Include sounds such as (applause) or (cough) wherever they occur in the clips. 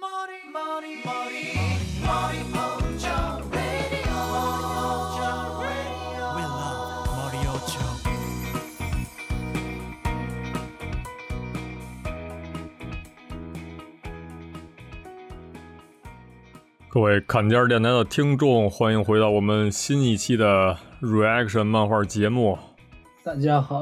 Mori, Mori, Mori, Mori, Mojo Radio. Mojo Radio. We love Mori Ocho. 各位砍价电台的听众，欢迎回到我们新一期的 Reaction 漫画节目。大家好，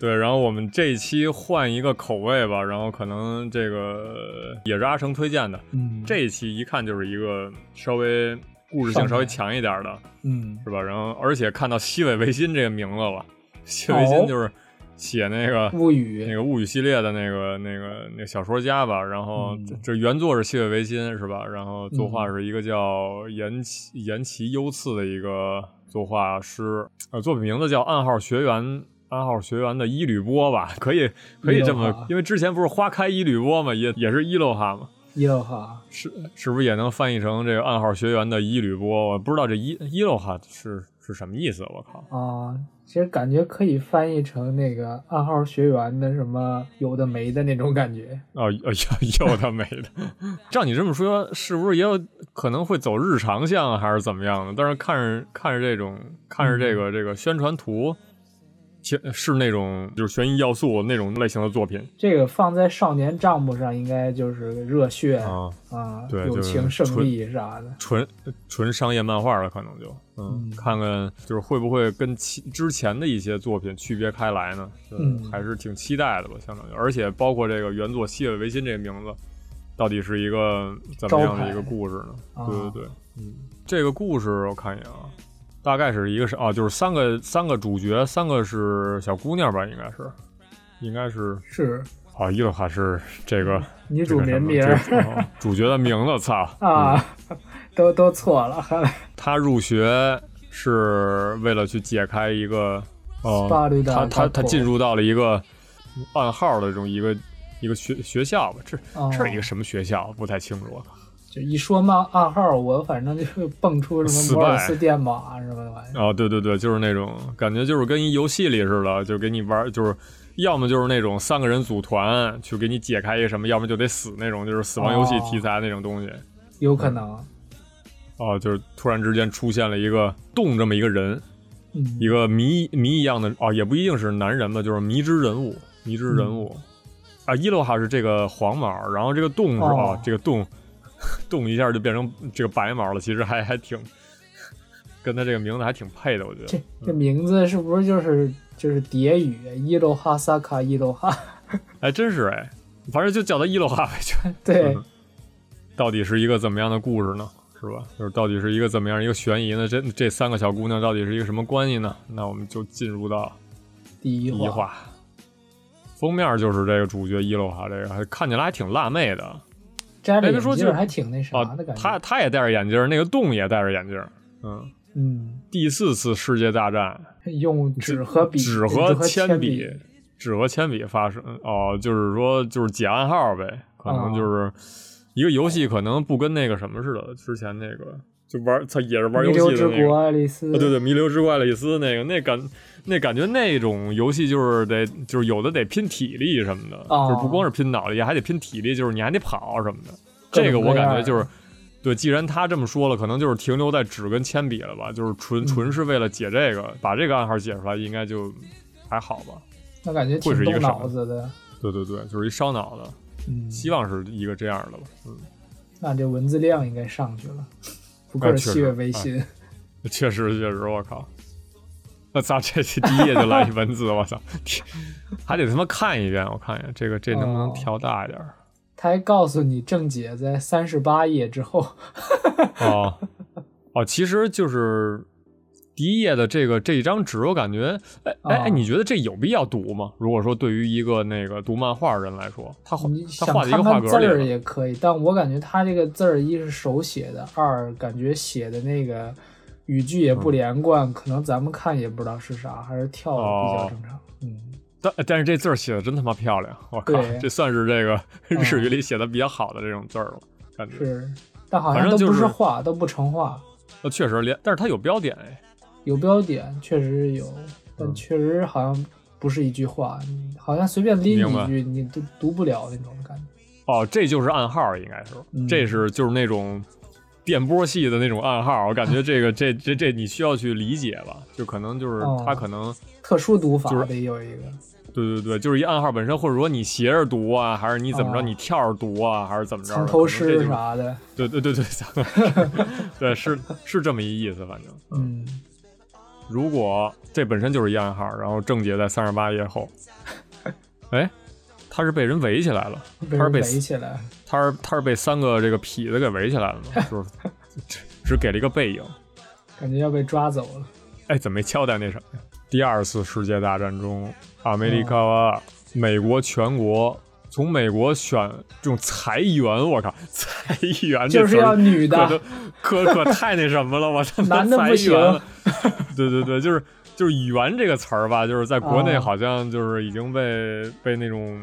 对，然后我们这一期换一个口味吧，然后可能这个也是阿成推荐的。嗯，这一期一看就是一个稍微故事性上稍微来强一点的，嗯是吧？然后而且看到西尾维新这个名字了，西尾哦维新就是写那个物语那个物语系列的那个那个那个小说家吧，然后嗯这这原作是西尾维新是吧？然后作画嗯是一个叫岩崎岩崎优次的一个作画师，呃，作品名字叫《暗号学园》。暗号学园的伊吕波吧，可以可以这伊洛么哈，因为之前不是花开伊吕波嘛，也也是伊洛哈嘛，伊洛哈，是是不是也能翻译成这个暗号学园的伊吕波？我不知道这伊伊洛哈是是什么意思，我靠！啊，其实感觉可以翻译成那个暗号学员的什么有的没的那种感觉。哦，有有 (laughs) 有的没的。照你这么说，是不是也有可能会走日常向啊，还是怎么样的？但是看着看着这种看着这个这个宣传图，其是那种就是悬疑要素那种类型的作品这个放在少年账目上，应该就是热血啊，啊对友就是情胜利啥的。纯纯商业漫画了，可能就嗯，嗯看看就是会不会跟其之前的一些作品区别开来呢？就是嗯还是挺期待的吧，相当于，而且包括这个原作西野维新这个名字，到底是一个怎么样的一个招牌故事呢？啊对对对，嗯，这个故事我看一眼啊，大概是一个是啊，就是三个三个主角，三个是小姑娘吧，应该是，应该是是啊，伊洛卡是这个嗯女女主人名儿哦主角的名字， (laughs) 操啊，嗯都都错了。 (laughs) 他入学是为了去解开一个，呃， Sparta 他他他 Taco 进入到了一个暗号的这种一个一个学学校吧，这哦这是一个什么学校不太清楚啊就一说嘛暗号，我反正就蹦出什么摩尔四斯电码什么的玩意儿。啊，对对对，就是那种感觉，就是跟一游戏里似的，就给你玩，就是要么就是那种三个人组团去给你解开一个什么，要么就得死那种，就是死亡游戏哦题材那种东西。有可能，啊，就是突然之间出现了一个动这么一个人，嗯，一个谜谜一样的哦，也不一定是男人吧，就是迷之人物，迷之嗯人物、啊，伊洛哈是这个黄毛，然后这个洞是啊、哦哦这个洞洞一下就变成这个白毛了，其实还还挺跟他这个名字还挺配的，我觉得这这名字是不是就是就是蝶语伊洛哈萨卡伊洛哈？ (laughs) 哎，真是哎，反正就叫他伊洛哈呗，就嗯对，到底是一个怎么样的故事呢？是吧？就是到底是一个怎么样一个悬疑呢？这这三个小姑娘到底是一个什么关系呢？那我们就进入到第一第一话，话。封面就是这个主角伊洛哈，这个还看起来还挺辣妹的啊摘着哎别说眼就镜是哦儿还挺那啥的。感觉。她她也戴着眼镜，那个洞也戴着眼镜。嗯，嗯，第四次世界大战，用纸和笔、纸和和铅铅笔，纸和铅笔发生哦，就是说就是解暗号呗，可能啊就是一个游戏，可能不跟那个什么似的，之前那个就玩，他也是玩弥游戏留之的那国个。爱丽丝，啊，对对，《弥留之怪里斯》那个，那感那感觉那种游戏就是得就是有的得拼体力什么的，哦就是不光是拼脑力，还得拼体力，就是你还得跑什么的。各种这个我各样感觉就是，对，既然他这么说了，可能就是停留在纸跟铅笔了吧，就是纯嗯纯是为了解这个，把这个暗号解出来，应该就还好吧。那感觉会是挺一个动什么脑子的。对对对，就是一烧脑的，嗯，希望是一个这样的吧。嗯，那这文字量应该上去了，不哎愧确是实细月微心。 (laughs) 确实确实，我靠，那咱这期第一页就来一文字，我操， (laughs) 天还得他妈看一遍，我看一眼这个这能不能哦调大一点儿？他还告诉你，郑姐在三十八页之后，哦哦，其实就是第一页的这个这一张纸，我感觉，哎哎哎，哦你觉得这有必要读吗？如果说对于一个那个读漫画人来说，他画你他想画的一个看画看字格里儿了，也可以，但我感觉他这个字儿，一是手写的，二感觉写的那个语句也嗯不连贯，可能咱们看也不知道是啥，还是跳的比哦较正常。嗯，但但是这字儿写的真他妈漂亮，我靠，对嗯这算是这个日语里写的比较好的这种字儿了，感觉。是，但好反像正都就不是是画，都不成画。那确实连，但是它有标点哎。有标点，确实有，嗯但确实好像不是一句话，你好像随便拎明白一句，你都读不了那种感觉。哦哦，这就是暗号，应该是，嗯这是就是那种电波系的那种暗号。我感觉这个这这这你需要去理解吧，就可能就是哦它可能特殊读法就是得有一个，对对对，就是一暗号本身，或者说你斜着读啊，还是你怎么着，哦你跳着读啊，还是怎么着的？藏头可能这诗就是啥的，对对对对， (laughs) 藏对是是这么一意思，反正。嗯，如果这本身就是一暗号，然后郑姐在三十八夜后，哎，她是被人围起来了，嗯被他是人被围起来，她是她是被三个这个痞子给围起来了 (laughs) 嘛，就是只只给了一个背影。感觉要被抓走了。哎，怎么没交代那什么呀？第二次世界大战中，阿美利卡哇、哦美国全国从美国选这种裁员，我靠，裁员这 (laughs) 就是词儿要女的可都可可太那什么了，我他妈男的不行裁员了对对对，就是就是“员”这个词儿吧，就是在国内哦好像就是已经被、被那种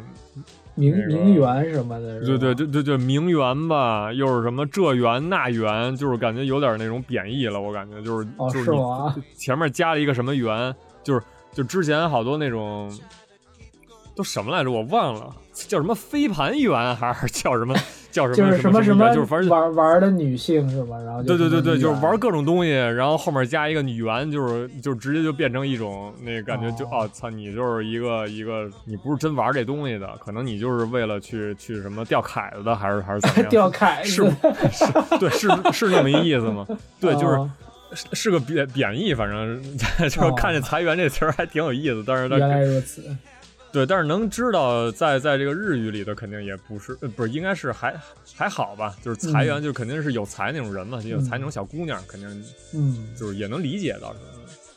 名那个名媛什么的，对对对，对对对名媛吧，又是什么这媛那媛，就是感觉有点那种贬义了，我感觉就是、哦就是是你吗？前面加了一个什么圆，就是就之前好多那种都什么来着，我忘了叫什么飞盘圆还是 (laughs) 叫什么叫什么就是什么什么么圆就是反正玩玩的女性是吧？然后对对对对，女就是媛 (laughs) 玩各种东西，然后后面加一个女圆，就是就直接就变成一种那个感觉就，哦哦操、你就是一个一个，你不是真玩这东西的，可能你就是为了去去什么钓凯子的，还是还是怎么样？ (laughs) 钓凯是子，是， (laughs) 对，是是那么一意思吗？对，就是哦是是个贬贬义，反正就是 (laughs) 哦看见“裁员”这词儿还挺有意思，但是原来它如此，对，但是能知道在在这个日语里头肯定也不是，呃不是应该是还还好吧，就是裁员就肯定是有才那种人嘛，就有才那种小姑娘，肯定嗯，就是也能理解到什么。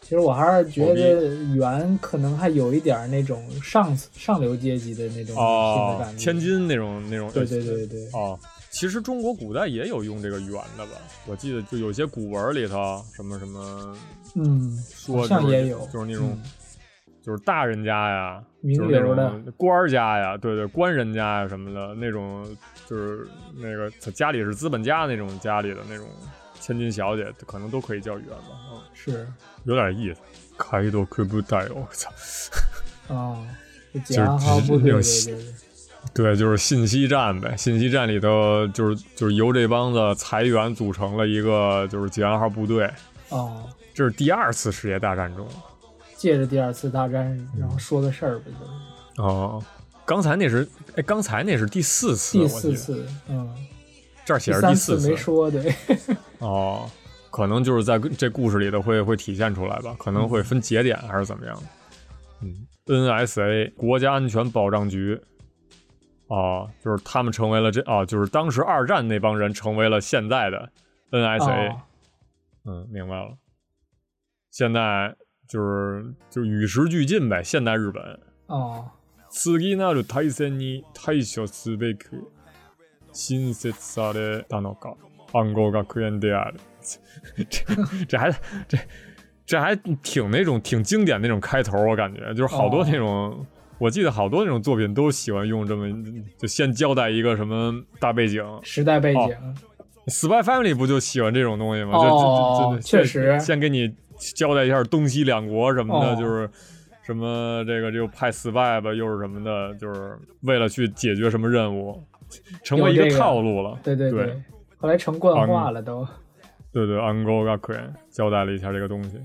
其实我还是觉我得媛可能还有一点儿那种上上流阶级的那种女性的哦感，觉，千，金那种那种，对对对对，哦，其实中国古代也有用这个“圆”的吧？我记得就有些古文里头什么什么嗯，说好像就是也有，就是那种嗯就是大人家呀，名就是那流的种官儿家呀，对对，官人家呀什么的那种，就是那个他家里是资本家那种家里的那种千金小姐，可能都可以叫圆吧，嗯，是有点意思。开多亏不带，我操！啊，就是讲好就是不那对种对西对对，对，就是信息战呗。信息战里头，就是就是由这帮子裁员组成了一个就是解放号部队。哦，这是第二次世界大战中借着第二次大战，然后说个事儿吧，就是哦，刚才那是哎，刚才那是第四次，第我记四得次，嗯，这儿写第着三第次次没 (laughs) 说对，哦，可能就是在这故事里头会会体现出来吧，可能会分节点还是怎么样。嗯，NSA 国家安全保障局，哦，就是他们成为了这哦，就是当时二战那帮人成为了现在的 NSA，、哦嗯，明白了。现在就是就是与时俱进呗，现代日本。哦，次なる対戦に対処すべく新設されたのか暗号学園である。这这还这这还挺那种挺经典那种开头，我感觉就是好多哦那种，我记得好多那种作品都喜欢用这么就先交代一个什么大背景。时代背哦景， Spy Family 不就喜欢这种东西吗？就哦就就就确先实先给你交代一下东西两国什么的，哦就是什么这个就派 spy 吧，又是什么的，就是为了去解决什么任务，成为一有个这个套路了。对对对哦对，后来成惯化了都，对对 a n g o l a k u n 交代了一下这个东西，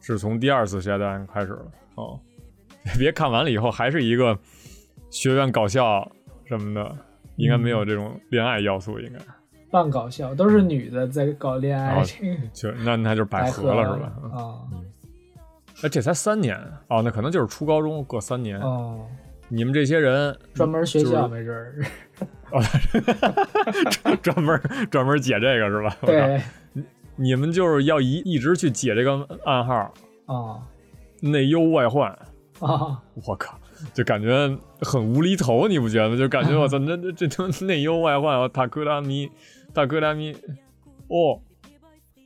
是从第二次世界大战开始了。哦， (laughs) 别看完了以后还是一个学院搞笑什么的，应该没嗯有这种恋爱要素，应该。半搞笑，都是女的在搞恋爱， (laughs) 哦这个就那那就是百合合了是吧？嗯啊，哎，这才三年哦，那可能就是初高中各三年。哦，你们这些人专门学校就没准儿，是 (laughs) 专门专门解这个是吧？我靠，对，你们就是要一一直去解这个暗号，啊内忧外患。啊，我靠，就感觉很无厘头，你不觉得吗？就感觉我操，那这这都内忧外患，我塔克拉米，塔克拉米，哦，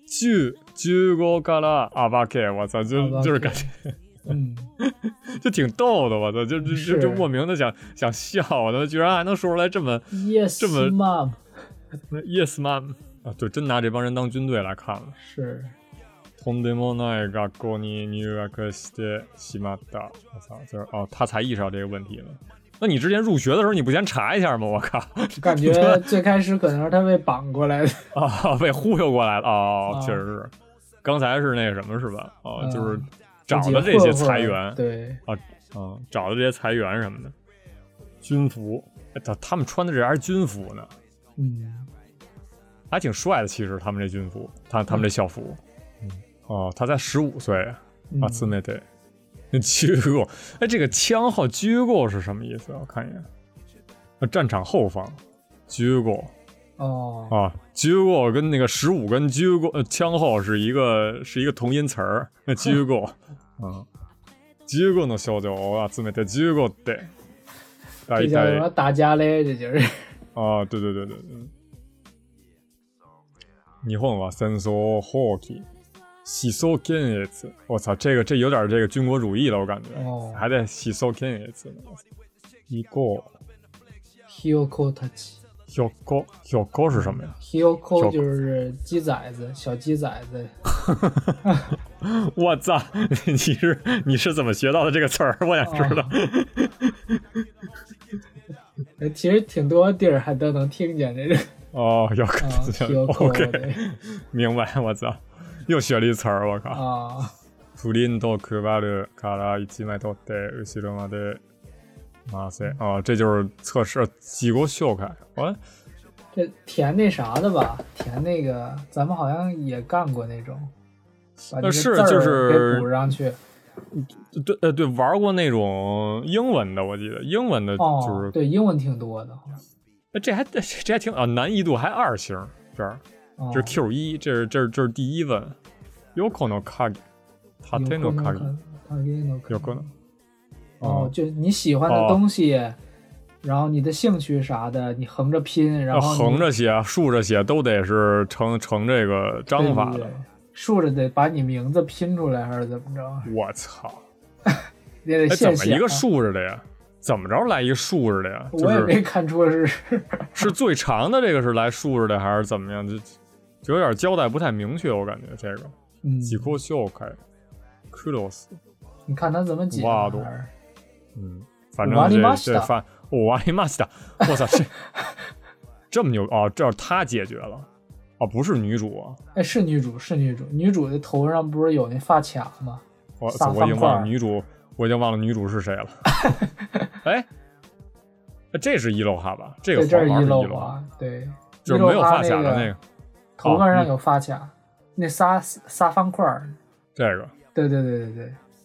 十十五から暴け，我操，就暴け就是感觉。嗯，就挺逗的，我操，就就是就就莫名的想想笑，我他妈居然还能说出来这么 Yes, 这么 mom yes mom 啊，对，真拿这帮人当军队来看了。 (laughs) 是とんでもない学校に入学してしまった。我操，就是哦，他才意识到这个问题了。那你之前入学的时候你不先查一下吗？我靠！感觉最开始可能是他被绑过来的。啊，被忽悠过来了哦啊，确实是。刚才是那个什么是吧？哦，嗯就是 (laughs) 找的这些裁员，对，啊，找的这些裁员什么的，军服，哎他他们穿的这还是军服呢，嗯，还挺帅的。其实他们这军服，他他们这校服，哦，他才十五岁啊，嗯自内对。狙构， (laughs) 哎，这个枪号狙构是什么意思？我看一眼，啊战场后方，狙构，哦，啊，狙构跟那个十五跟狙构呃枪后是一个是一个同音词儿，那 (laughs) 狙构，嗯，狙构の少女は集めて狙構って大这叫什么体打架嘞？这就是啊，对对对对对。日本は戦争を放棄、思想検閲。我操，这个这有点这个军国主义了，我感觉，哦还在思想検閲呢。一个 Hyoko 他起ひょっこひょっこ是什么呀？ ，Hyoko 就是鸡崽子，小鸡崽子。 (laughs) 我操！你是你是怎么学到的这个词儿？ (laughs) 我想知道。呃其实挺多地儿还都能听见这个哦，有可啊 (laughs) 能是这样。OK， ，Hyoko 明白。我操，又学了一词儿，我的靠。啊，プリント配るから一枚取って後ろまで回せ。哦，这就是测试哦几国秀开。我这填那啥的吧，填那个咱们好像也干过那种，把呃这个是字儿就是给补上去。对呃对，玩过那种英文的，我记得英文的就哦是，对，英文挺多的，呃这还这这还挺啊，难易度还二星这儿。哦这是 Q 一，这是这是这是第一问。Yoko no kagi，他有天可 no 能 kagi，看看见有可有可能。哦，就你喜欢的东西，然后你的兴趣啥的，你横着拼，然那后你横着写、竖着写都得是成成这个章法，对对的对。竖着得把你名字拼出来，还是怎么着？我操！你得哎，怎现么写啊。一个竖着的呀？怎么着来一个竖着的呀？就我也没是看出是是最长的这个是来竖着的还是怎么样？就就有点交代不太明确，我感觉这个。嗯，几库秀开，kudos，你看他怎么解啊释。哇都嗯，反正わかりまし这这た反哦我完了的，我操， (laughs) 这这么牛哦！这是他解决了，哦，不是女主啊，哎，是女主，是女主，女主的头上不是有那发卡吗？我撒我已经方块忘儿了女主，我已经忘了女主是 (laughs) 谁了。哎，这是一楼哈吧？这个对，黄这是毛一一楼楼，啊，对，就是没有发卡卡的那那个，啊头发上嗯有发卡，那仨仨方块儿，这个。对对对对对，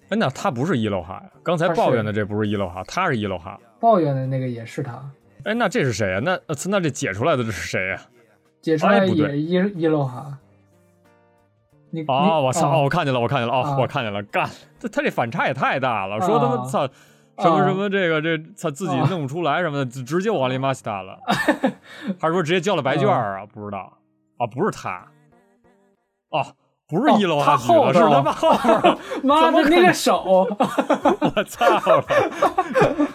哎，那他不是一楼哈呀？刚才他是抱怨的这不是一楼哈，他是一楼哈。抱怨的那个也是他，哎，那这是谁呀？那呃那这解出来的这是谁啊呀？解出哎来不也对一一楼哈。你哦，你我操！哦，啊我看见了，我看见了，哦啊，我看见了，干！这他这反差也太大了，说他妈啊操什么啊什么这个这他自己啊弄不出来什么的，直直接往里马西达 (laughs) 了，还是说直接交了白卷儿啊？不知道啊，不是他，哦，不是哦一楼他哈举了，后是边儿他 (laughs) 妈后边儿，妈的那个手，我 (laughs) 操！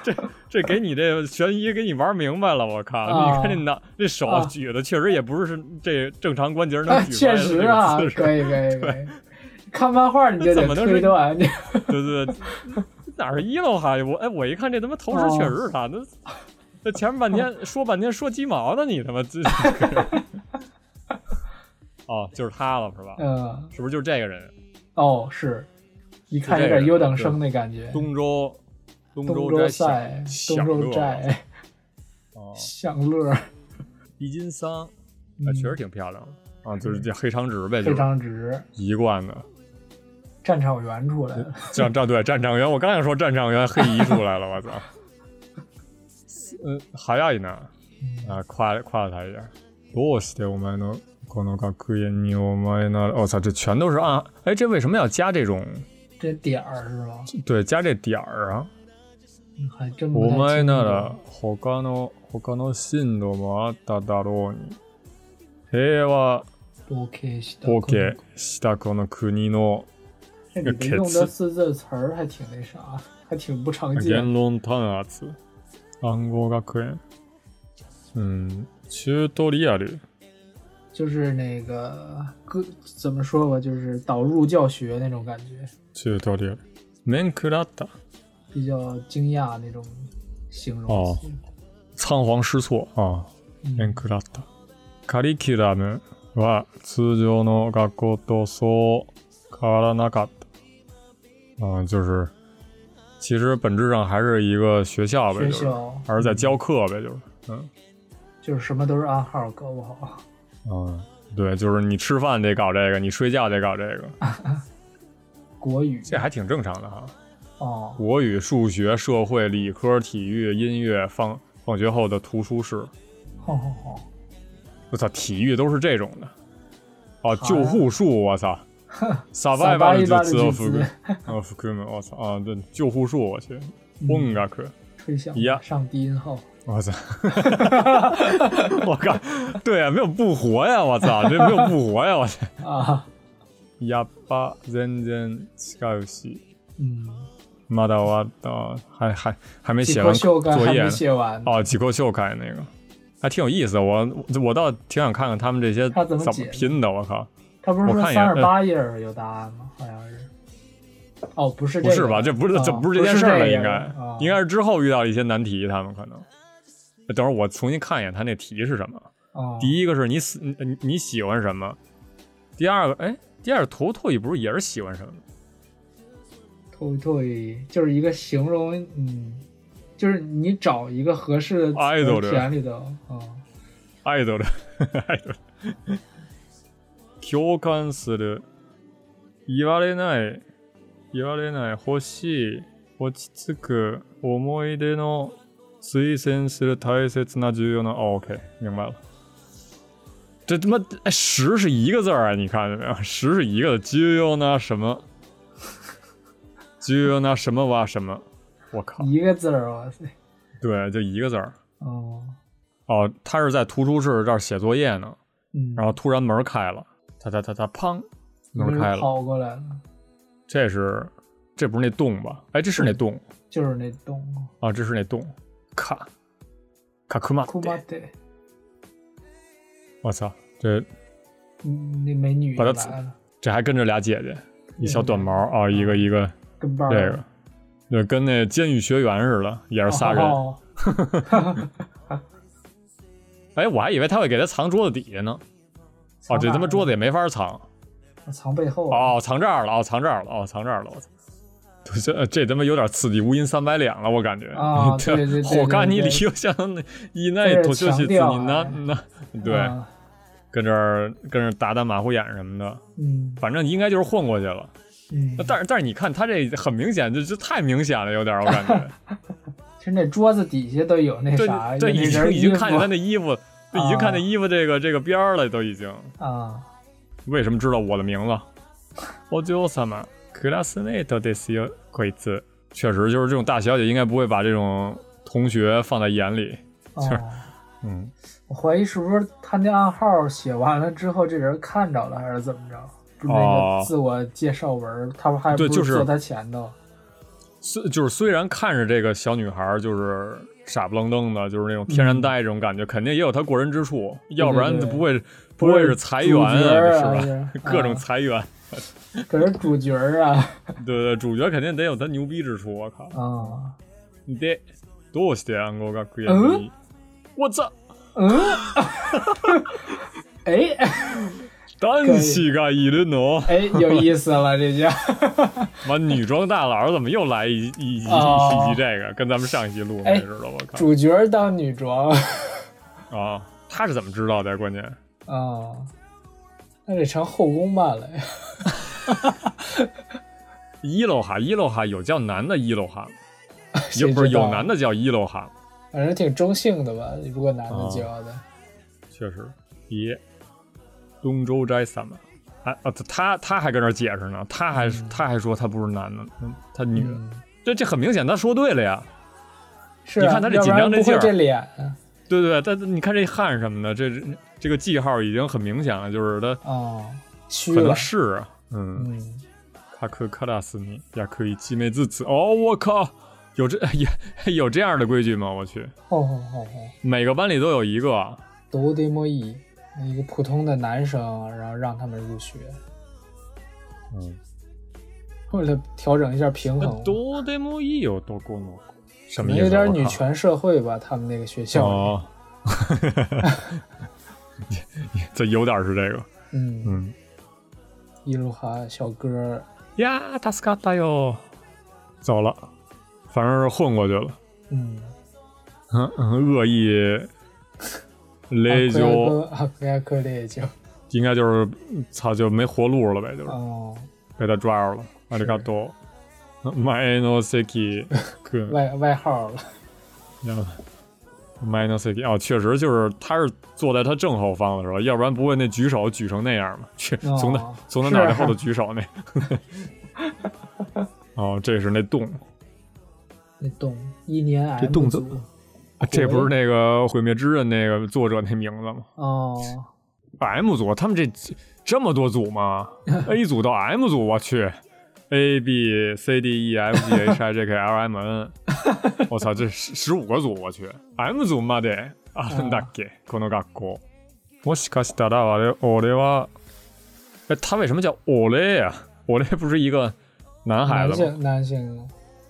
这这给你这悬疑给你玩明白了，我靠！啊你看这脑这手啊举的确实也不是这正常关节能啊举出来确的这实个啊，姿势可以可 (laughs) 以可以。看漫画你就这得怎么能是推断，你对对，对，哪儿一楼哈？我哎，我一看这他妈头饰确实是啊他，那那前面半天说半天说鸡毛呢，你他妈这。哦，就是他了，是吧？嗯，是不是就是这个人？哦是，一看这有个点优人等对生的感觉。东周，东东斋周小赛、小东周乐寨、哦，享乐、郁金香，哎，嗯确实挺漂亮的啊，就是这黑长直呗，就非是常直，一贯的。战场员出来了。战战对战场员，我刚想说战场员黑衣出来了， (laughs) 我操！嗯，还要一呢，啊，夸夸了他一下。嗯どうしてお前のこの学園にお前の我操，这全都是按哎，这为什么要加这种这点儿是吧？对加这点儿啊？还真不お太前清なら楚。他の他の進路もあっただろうに平和 OK した。ボケしたこの国の这里面用的四字词儿还挺那啥，还挺不常见。言論弾圧暗号学園うんチュートリアル就是那个个怎么说吧，就是导入教学那种感觉，チュートリアル面食らった比较惊讶那种形容哦词。嗯仓皇失措啊。面食らった。カリキュラムは通常の学校とそう変わらなかった。嗯，就是其实本质上还是一个学校呗，学就是校还是在教课呗，就是嗯就是什么都是暗啊号，搞不好。嗯，对，就是你吃饭得搞这个，你睡觉得搞这个，啊国语这还挺正常的哈。哦，国语、数学、社会、理科、体育、音乐，放放学后的图书室，吼吼吼，我操，体育都是这种的。哦，好呀救护术，我操，サバイババルイ術バをル含術む，啊，含む，我操啊，对，救护术，我去，音嗯，楽，吹响一样上低音后，我操， (laughs) 我靠，对啊，没有不活呀，我 (laughs) 操，这没有不活呀，我操，啊，やっぱ全然違うし、嗯，まだ終わった，还还还没几写颗完秀干作还业没呢。写完，哦，几口秀开那个，还挺有意思。我我倒挺想看看他们这些他怎怎么么解的拼的。我靠，他不是我说看一嗯三眼十八页儿有答案吗？好像是。哦，不是这不个，是吧？这不是啊这不不是这件事儿这了，个应该啊应该是之后遇到一些难题，他们可能。等会儿我重新看一眼他那题是什么。哦第一个是你喜你你喜欢什么，第二个哎，第二个图图也不是也是喜欢什么？退退就是一个形容，嗯，就是你找一个合适的词儿 Idol 的填里头，啊，爱豆 (laughs) 的，爱豆。共感する、言われない、言われない、欲しい、落ち着く、思い出の推薦する大切な重要な。哦，OK，明白了。这他妈哎十是一个字儿啊！你看见没有？十是一个字。重要な什么？重要な什么哇什么？我靠！一个字儿，哇塞，对，就一个字儿。哦，哦，他是在图书室这儿写作业呢。嗯，然后突然门开了，他他他他砰，有门人开了，跑过来了，这是这不是那洞吧？哎，这是那洞就是那洞，啊，这是那洞，卡卡库玛，库马特，我操，这嗯，那美女把也它来了，这还跟着俩姐姐，一小短毛啊，一个一个跟班这儿个，对，跟那监狱学员似的，也是仨人。哦哎，我还以为他会给他藏桌子底下呢，哦，这他妈桌子也没法藏，藏背后，哦，藏这儿了，哦，藏这儿了，哦，藏这儿了，我操！ (laughs) 这这他妈有点刺激，无银三百两了，我感觉啊这对对对 (laughs) 对我看你对理由相当的，以那这是头休息强自调己拿啊拿，对，啊跟这儿跟这儿打打马虎眼什么的，嗯反正应该就是混过去了。嗯，但是但是你看他这很明显，这这太明显了，有点儿我感 (laughs) 觉，其实那桌子底下都有那对啥，对，有那已人经已经衣看见他服那衣服，对已经看见衣服这个这个边儿了，都已经。啊，为什么知道我的名字？お嬢様、クラスメイトですよ、こいつ。确实，就是这种大小姐应该不会把这种同学放在眼里。哦。嗯，我怀疑是不是他那暗号写完了之后，这人看着了，还是怎么着？不是那哦个自我介绍文儿，他还对不就是坐他前头虽就是虽然看着这个小女孩儿就是傻不愣登的，就是那种天然呆这种感觉，肯定也有她过人之处，要不然对她嗯对不会不会是裁员主角儿啊，啊 (laughs) 是吧？是各种啊裁员，可是主角儿啊，对对，主角肯定得有他牛逼之处。我靠！啊，で、どうして暗号がクエに？我操！嗯，哎男子がいるの？哎，有意思了，(laughs) 这就妈，女装大佬怎么又来一一一一哦集这个？跟咱们上一集录的哎似的，我靠！主角儿当 (laughs) 女装啊，他是怎么知道的呀？关键啊，那得成后宫版了呀。伊洛哈伊洛哈有叫男的伊洛哈，谁有不是知道有男，的叫伊洛哈？反正挺中性的吧，如果男的教的，啊确实，别东周斋三嘛，还啊他他他还跟那儿解释呢，他还他还说他不是男的，嗯他女的，嗯，这这很明显他说对了呀。是啊，你看他这要不紧张然这不劲会儿这脸啊对对，但你看这汗什么的，这这这个记号已经很明显了，就是他啊，虚可能了，是啊嗯。嗯。塔克克拉斯尼亚克伊基梅自此。哦，我靠，有这 (laughs) 有有这样的规矩吗？我去，吼吼吼吼，每个班里都有一个。啊多德莫伊，一个普通的男生，然后让他们入学，嗯，嗯为了调整一下平那衡。多得莫伊有多过诺。什可么意能思？有点我女靠权社会吧，他们那个学校，哦， (laughs) 这有点是这个，嗯，嗯，伊鲁哈小哥儿，呀，塔斯卡达哟，走了，反正是混过去了，嗯，嗯嗯，恶 (laughs) 意勒就阿奎亚克烈就，应该就是操就没活路了呗，就是哦，被他抓着了，阿里嘎多。My no (laughs) seki，可外外号了， ，My no seki，哦，确实就是他是坐在他正后方的时候，要不然不会那举手举成那样嘛， (laughs) 去哦从他从他是脑袋后头举 (laughs) 手那。哦，这是那洞，那动一年 M 这动组作这不是那个《毁灭之刃》那个作者那名字吗哦， ？M 组，他们这这么多组 (laughs) 吗？A 组到 M 组，我去，A B C D E F G H I J K L M N，我 (laughs) 操，这十十五个组，我去，M 组まであるんだっ啊けこの学校。もしかしたら我俺は，哎，他为什么叫我嘞呀？我嘞不是一个男孩男子吗？性男性的，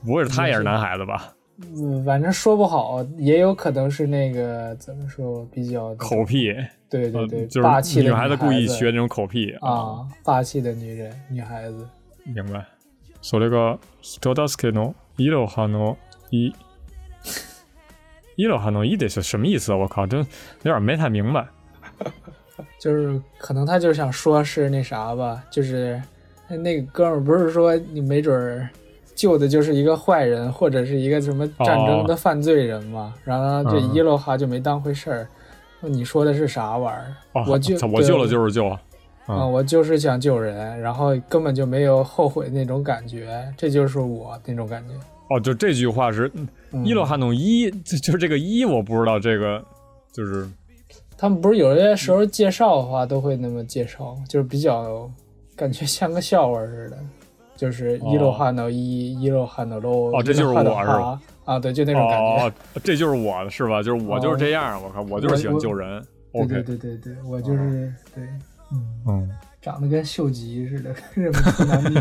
不会是他也是男孩子吧？嗯，反正说不好，也有可能是那个怎么说比较口癖，对对呃对，就霸气是的女孩孩子故意学那种口癖啊，霸气的女人女孩子，明白。それが人助けのイロハのイ。イロハのイでしょ？什么意思啊？我靠，真有点没太明白。就是可能他就是想说是那啥吧，就是那个哥们儿不是说你没准儿救的就是一个坏人或者是一个什么战争的犯罪人嘛，然后这嗯伊洛哈就没当回事儿。你说的是啥玩意儿？哦，我就操我救了对就是救啊。啊、嗯我就是想救人，然后根本就没有后悔那种感觉，这就是我那种感觉。哦，就这句话是嗯イロハのイ，就就是这个イ，我不知道这个就是他们不是有些时候介绍的话都会那么介绍，就是比较感觉像个笑话似的，就是哦一路哈脑一，一路哈脑喽，哦这就是我一路哈脑哈是吧？啊，对，就那种感觉。哦，这就是我是吧？就是我就是这样，我靠，我就是喜欢救人。对哦 OK，对对对对，我就是、对，嗯，长得跟秀吉似的，(laughs) 认不出男女。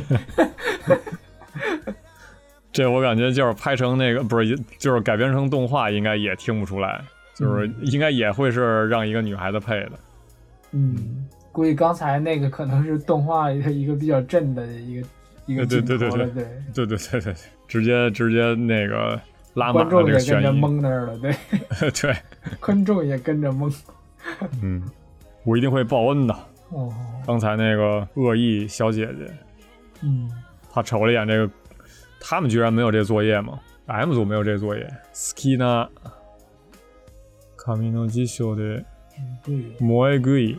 这我感觉就是拍成那个不是，就是改编成动画，应该也听不出来，就是应该也会是让一个女孩子配的。嗯，估计刚才那个可能是动画里的一个比较正的一个一个对镜对对头了，对对对，对对对，对，直接直接那个拉满观了这众也个跟悬着疑，懵那儿了，对， (laughs) (laughs) 对，观众也跟着懵。嗯，我一定会报恩的。哦，刚才那个恶意小姐姐，嗯，她瞅了一眼这个，他们居然没有这作业吗？M 组没有这作业。好きな髪の辞書で嗯对。萌えぐい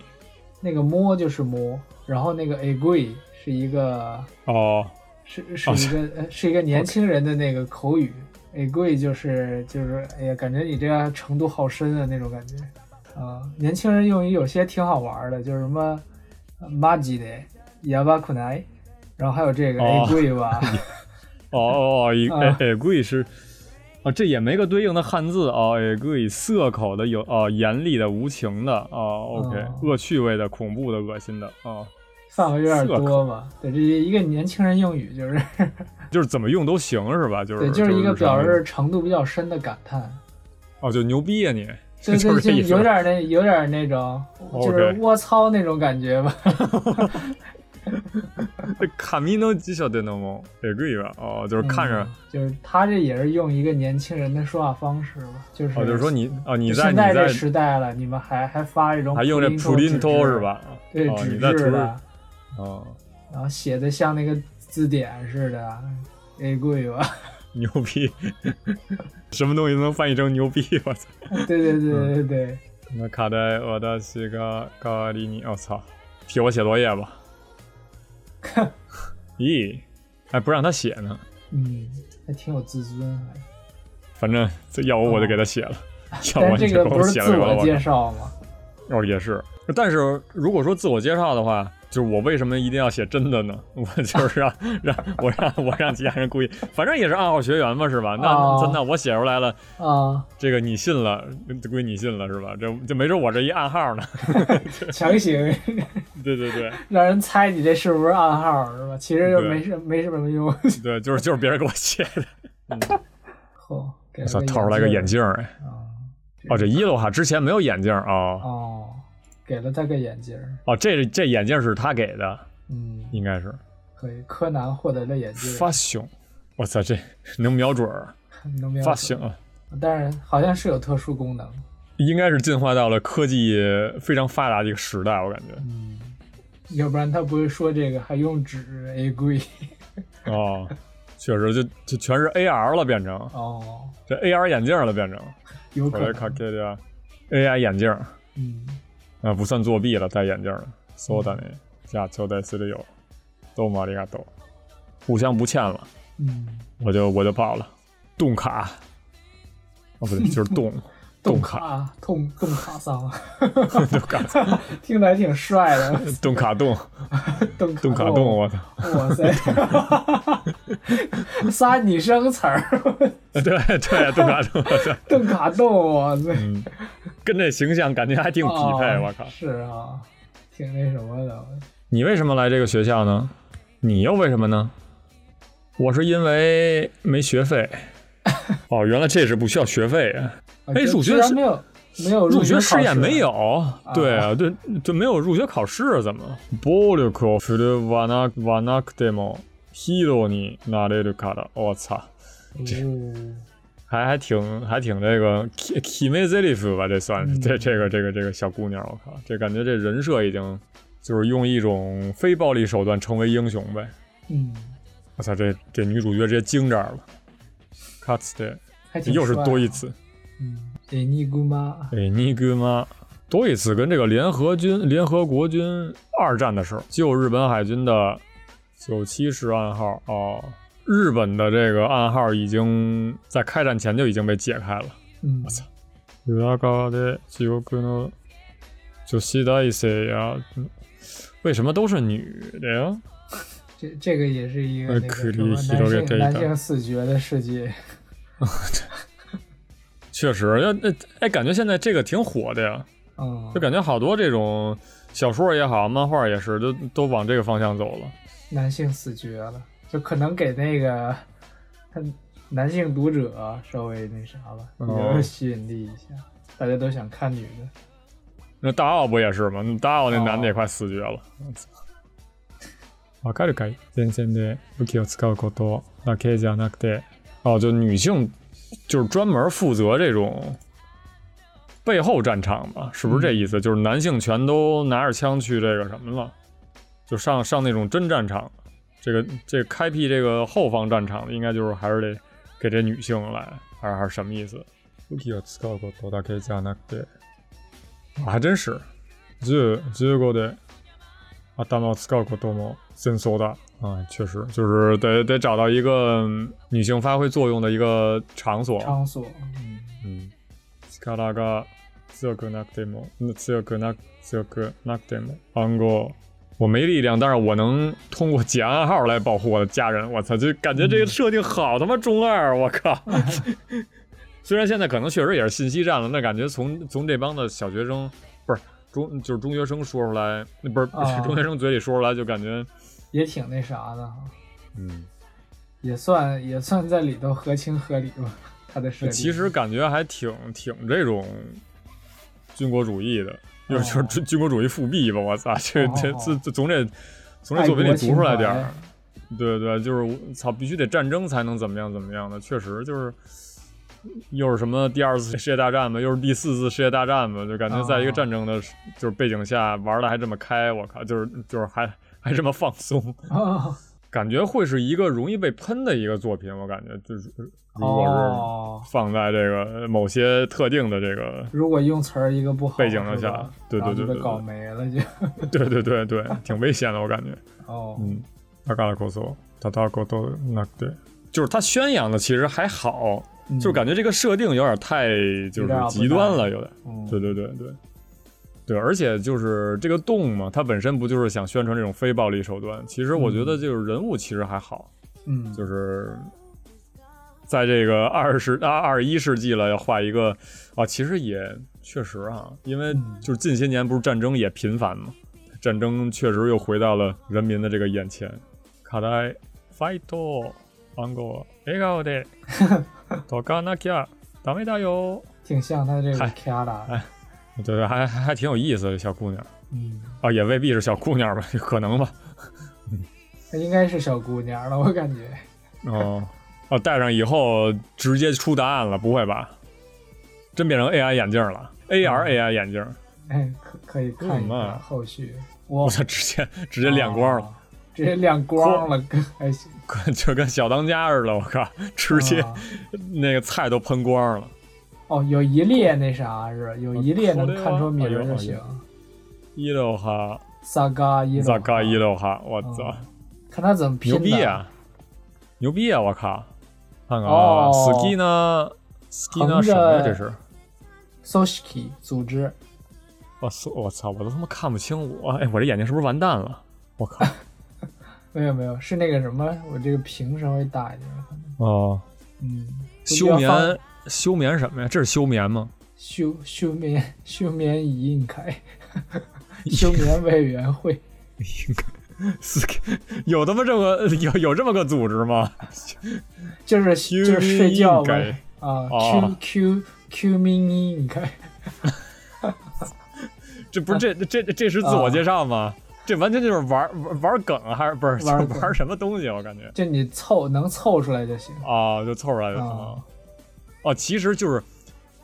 那个摸就是摸，然后那个 a g r e 是一个哦是是一个、呃是一个年轻人的那个口语 a g r e 就是就是哎呀，感觉你这个程度好深啊那种感觉啊、年轻人用语有些挺好玩的，就是什么 m a g i 的 y a b a k u n a i 然后还有这个 a 哦 g r e (laughs) 吧，哦哦哦，一啊哎哎贵是。啊，这也没个对应的汉字哦，哎，贵涩口的有哦，严厉的、无情的哦，OK，、哦恶趣味的、恐怖的、恶心的哦，范围有点多吧？对，这一个年轻人用语就是就是怎么用都行是吧？就是对，就是一个日常表用示程度比较深的感叹。哦，就牛逼呀、你， (laughs) 对就是对，这就意思哦有点那有点那种，就是 OK 我操那种感 (laughs) 觉吧。嗯这卡米诺基小的那么也可以吧？哦，就是看着，嗯就是他这也是用一个年轻人的说话方式吧，就是哦，就是说你哦，你在现你在这在时代了，你们还还发这种还用这普林托是？吧？对，哦，纸你在图质书的，哦，然后写的像那个字典似的，A 贵吧？ (laughs) 牛逼，什么东西都能翻译成牛逼？我操！对嗯对对对对，那卡在我的西个咖喱尼，我操！替我写作业 (laughs) 吧。咦，还不让他写呢？嗯，还挺有自尊还。反正这要我我就给他写 (laughs) 了，要哦 (laughs) 但我你这就个给不我是写了自给我我吧介绍吗？哦，也是。但是如果说自我介绍的话，就是我为什么一定要写真的呢？ (laughs) 我就是 (laughs) 让让我让我让其他人故意，反正也是暗号学员嘛，是吧？那、哦那那我写出来了， (laughs) 啊，这个你信了，归你信了是吧？这这没准我这一暗号呢。 (laughs) 强行对对 (laughs) 对让人猜你这是不是暗号是吧？其实就没什没什么用。 (laughs) 对，就是就是别人给我写的。哦，给我了操，个套出来个眼镜镜儿哎！儿啊，哦，这伊洛哈之前没有眼镜儿哦哦，给了他个眼镜儿，哦，这这眼镜是他给的，嗯，应该是可以。柯南获得了眼镜儿，发熊。我操，这能瞄准儿，能瞄发准熊，当然好像是有特殊功能，应该是进化到了科技非常发达的一个时代，我感觉。嗯，要不然他不会说这个还用纸 A (laughs) 贵嗯哦，确实就就全是 AR 了，变成哦，这 AR 眼镜了，变成。有我可来看能，这个 AI 眼镜儿啊、嗯，不算作弊了，戴眼镜儿了。そうだね。じゃあちょうだいするよ。どうもありがとう。互相不欠了，嗯，我就我就报了。动卡，哦不对，就是 (laughs) 动动卡卡动动卡桑， (laughs) 动卡听着还挺帅的，动卡动动卡动卡动，我操！哇 (laughs) 塞，仨拟声词儿， (laughs) 对对，动卡动，我 (laughs) 操！动卡动，哇塞，嗯，跟这形象感觉还挺匹配，哦我靠！是啊，挺那什么的，啊你为什么来这个学校呢？你又为什么呢？我是因为没学费。哦，原来这是不需要学费啊！啊哎就入学居然是没有没有哦入学考试验没试有，对啊，对，就没有入学考试，怎么？暴力を振るわなわなくてもヒーローになれるから。我操，哦还还挺还挺这个 ki ki m e z e l i f 吧，这算是、嗯这这个这个这个小姑娘，我靠，这感觉这人设已经就是用一种非暴力手段成为英雄呗。嗯，我操，这这女主角直接惊这儿了。卡斯的还挺又是帅啊多一的，次，嗯，哎，尼姑妈，哎，尼格玛多一次跟这个联合军、联合国军二战的时候救日本海军的九七式暗号哦，日本的这个暗号已经在开战前就已经被解开了。嗯，裏側で地獄の女子大生や嗯为什么都是女的呀？这这个也是一个呃那个可以什么広男げていた性男性视觉的世界，确实，要那哎，感觉现在这个挺火的呀。嗯就，感觉好多这种小说也好，漫画也是，都都往这个方向走了。男性死绝了，就可能给那个他男性读者稍微那啥吧，有哦点吸引力一下，大家都想看女的。那大奥不也是吗？那大奥那哦男的也快死绝了。我操わかるかい？前線で武器を使うことだけじゃなくて、哦，就女性就是专门负责这种背后战场吧？是不是这意思？就是男性全都拿着枪去这个什么了，就上上那种真战场。这个这个开辟这个后方战场的，应该就是还是得给这女性来，还是还是什么意思？武器を使うことだけじゃなくてあ还真是。十、十五で頭を使うことも戦争だ。啊、确实，就是得得找到一个嗯女性发挥作用的一个场所。场所，嗯，力が強くなくても、強くな強くなくても暗号。我没力量，但是我能通过解暗号来保护我的家人。我操，就感觉这个设定好他妈中二！我靠， (laughs) 虽然现在可能确实也是信息战了，那感觉从从这帮的小学生不是中就是中学生说出来，不是、(laughs) 啊中学生嘴里说出来，就感觉也挺那啥的哈，嗯，也算也算在里头合情合理吧。 (laughs) 他的设定其实感觉还挺挺这种军国主义的，又就是哦军军国主义复辟吧，我操，这这哦这这总得从这爱作品国里读情出来怀点儿。对对，就是我操，必须得战争才能怎么样怎么样的，确实就是又是什么第二次世界大战吧，又是第四次世界大战吧，就感觉在一个哦战争的时，就是背景下玩的还这么开，我靠，就是就是还还这么放松，哦感觉会是一个容易被喷的一个作品，我感觉就是如果是哦，放在这个某些特定的这个， (laughs) 如果用词儿一个不好，背景了是下吧对对然后对就对被对搞没了就对对对对，挺危险的，我感觉。哦，嗯，だからこそ戦うことなくて，就是他宣扬的其实还好，嗯就是感觉这个设定有点太就有点是儿极端不了，有点。嗯对对对对。对，而且就是这个动嘛，它本身不就是想宣传这种非暴力手段？其实我觉得就是人物其实还好，嗯，就是在这个二十啊二十一世纪了，要画一个啊，其实也确实啊，因为就是近些年不是战争也频繁嘛，战争确实又回到了人民的这个眼前。卡戴 fight 暗号笑顔で多嘎那吉尔，ダメだよ。挺像他这个嗨 Kiara，对对，还还还挺有意思的小姑娘嗯，啊，也未必是小姑娘吧，可能吧。她应该是小姑娘了，我感觉。哦，哦，戴上以后直接出答案了，不会吧？真变成 AI 眼镜了，AR 嗯 AI 眼镜，哎，可可以看一嗯啊看后续。我我操，直接直接亮光了，啊直接亮光了，跟还行。就 (laughs) 跟小当家似的，我靠，直接啊 (laughs) 那个菜都喷光了。哦，有一列那啥是吧？有一列能看出名儿就行哦。一六哈，萨嘎伊咋嘎一楼，六哈，我操，嗯看他怎么拼牛的。逼啊，牛逼啊，我靠！看看啊哦，ski 呢？ski 呢？横着什么呀？这是？ ！Soshiki 组织，我操！我操！我都他妈看不清我，哎，我这眼睛是不是完蛋了？我 (laughs) 靠！没有没有，是那个什么，我这个屏稍微大一点。可能哦，嗯，休估计要放眠休眠什么呀？这是休眠吗？ (laughs) 休休眠休眠仪应该， (laughs) 休眠委员会应该是有他妈这么有有这么个组织吗？ (laughs) 就是休就是睡觉应嘛该啊哦，Q Q Q 明应该这不是啊这这这这是自我介绍吗？这完全就是玩玩玩梗啊还是不是就玩是梗玩什么东西？我感觉就你凑能凑出来就行啊，就凑出来就行了。啊，哦，其实就是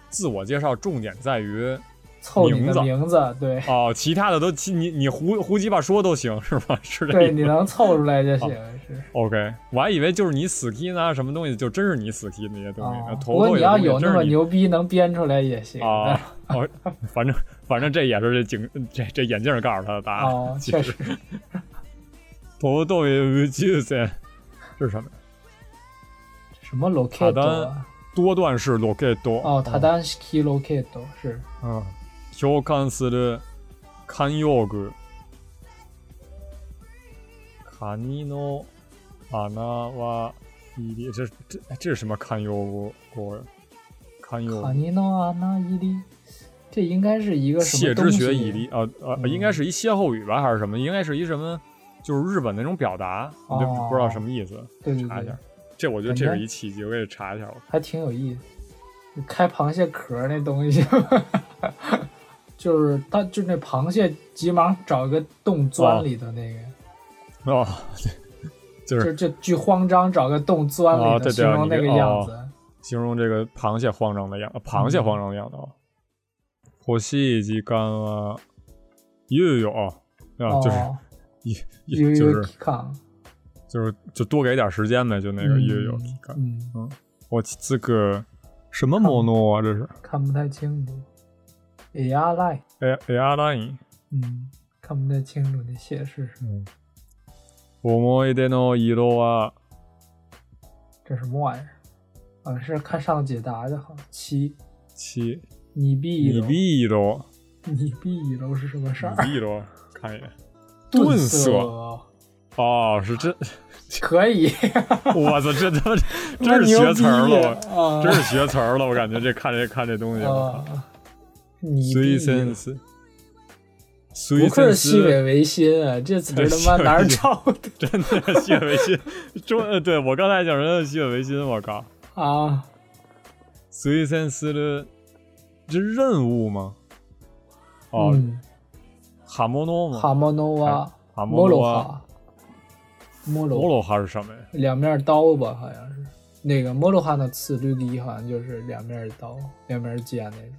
自我介绍，重点在于凑你的名名字，对哦，其他的都其你你胡胡鸡巴说都行是吧？是这对，意你思吗。能凑出来就行，哦是 OK，我还以为就是你死 key 呢，什么东西就真是你死 key 那些东西啊。呢。不头过头你要有的东西真有那是么你牛逼，能编出来也行。啊，哦，反正反正这也是这警这这眼镜告诉他的答案。哦，其确实实，头头有这是什么呀？什么 locate 啊多段式 l o c a t 哦，他单 key locate 是嗯，共感する慣用句。カニの穴は入り这这这是什么堪忧国呀？堪忧卡尼诺阿那伊利，这应该是一个什谢么东之西？学以利啊啊，嗯应该是一歇后语吧，还是什么？应该是一什么，就是日本那种表达，我就哦不知道什么意思。对对查一对下，，这我觉得反这正是一契机，我给查一下吧。还挺有意思。就开螃蟹壳儿那东西， (laughs) 就是它就那螃蟹急忙找一个洞钻里头那个，哦， (laughs) 就是就就巨慌张找个洞钻里头，哦对对形容你这那个哦样子。形容这个螃蟹慌张的样，啊螃嗯蟹慌张的样子啊。火系及干啊，又有啊，就是哦一就是康，就是就多给点时间呗，就那个嗯又有干。嗯，我这个什么 mono 啊，这是看不太清楚。也压赖， a a r line。嗯，看不太清楚那写是什么，嗯思い出の色は这什么玩意儿？好像是看上解答的，好像七，七，你必一你楼，必都，你必一楼是什么事你儿？ (laughs) 必都，看一眼。钝色哦，是真，可以，我操， (laughs) 这他妈真是学词儿了，我 (laughs) 啊！真是学词儿了，我感觉这看这看这东西，我靠啊，你随必身思，随不愧身是西思，北维 (laughs) 新啊，这词儿他妈哪儿找的啊真的西北维新，中对我刚才讲人家西北维新，我靠，啊？随身思的这任务吗？哦，嗯，哈莫诺吗？哈莫诺瓦，哈莫莫罗诺啊，哈，摩莫罗罗哈是什么呀？两面刀吧，好像是那个莫罗哈的刺绿笛好像就是两面刀，两面剑那种。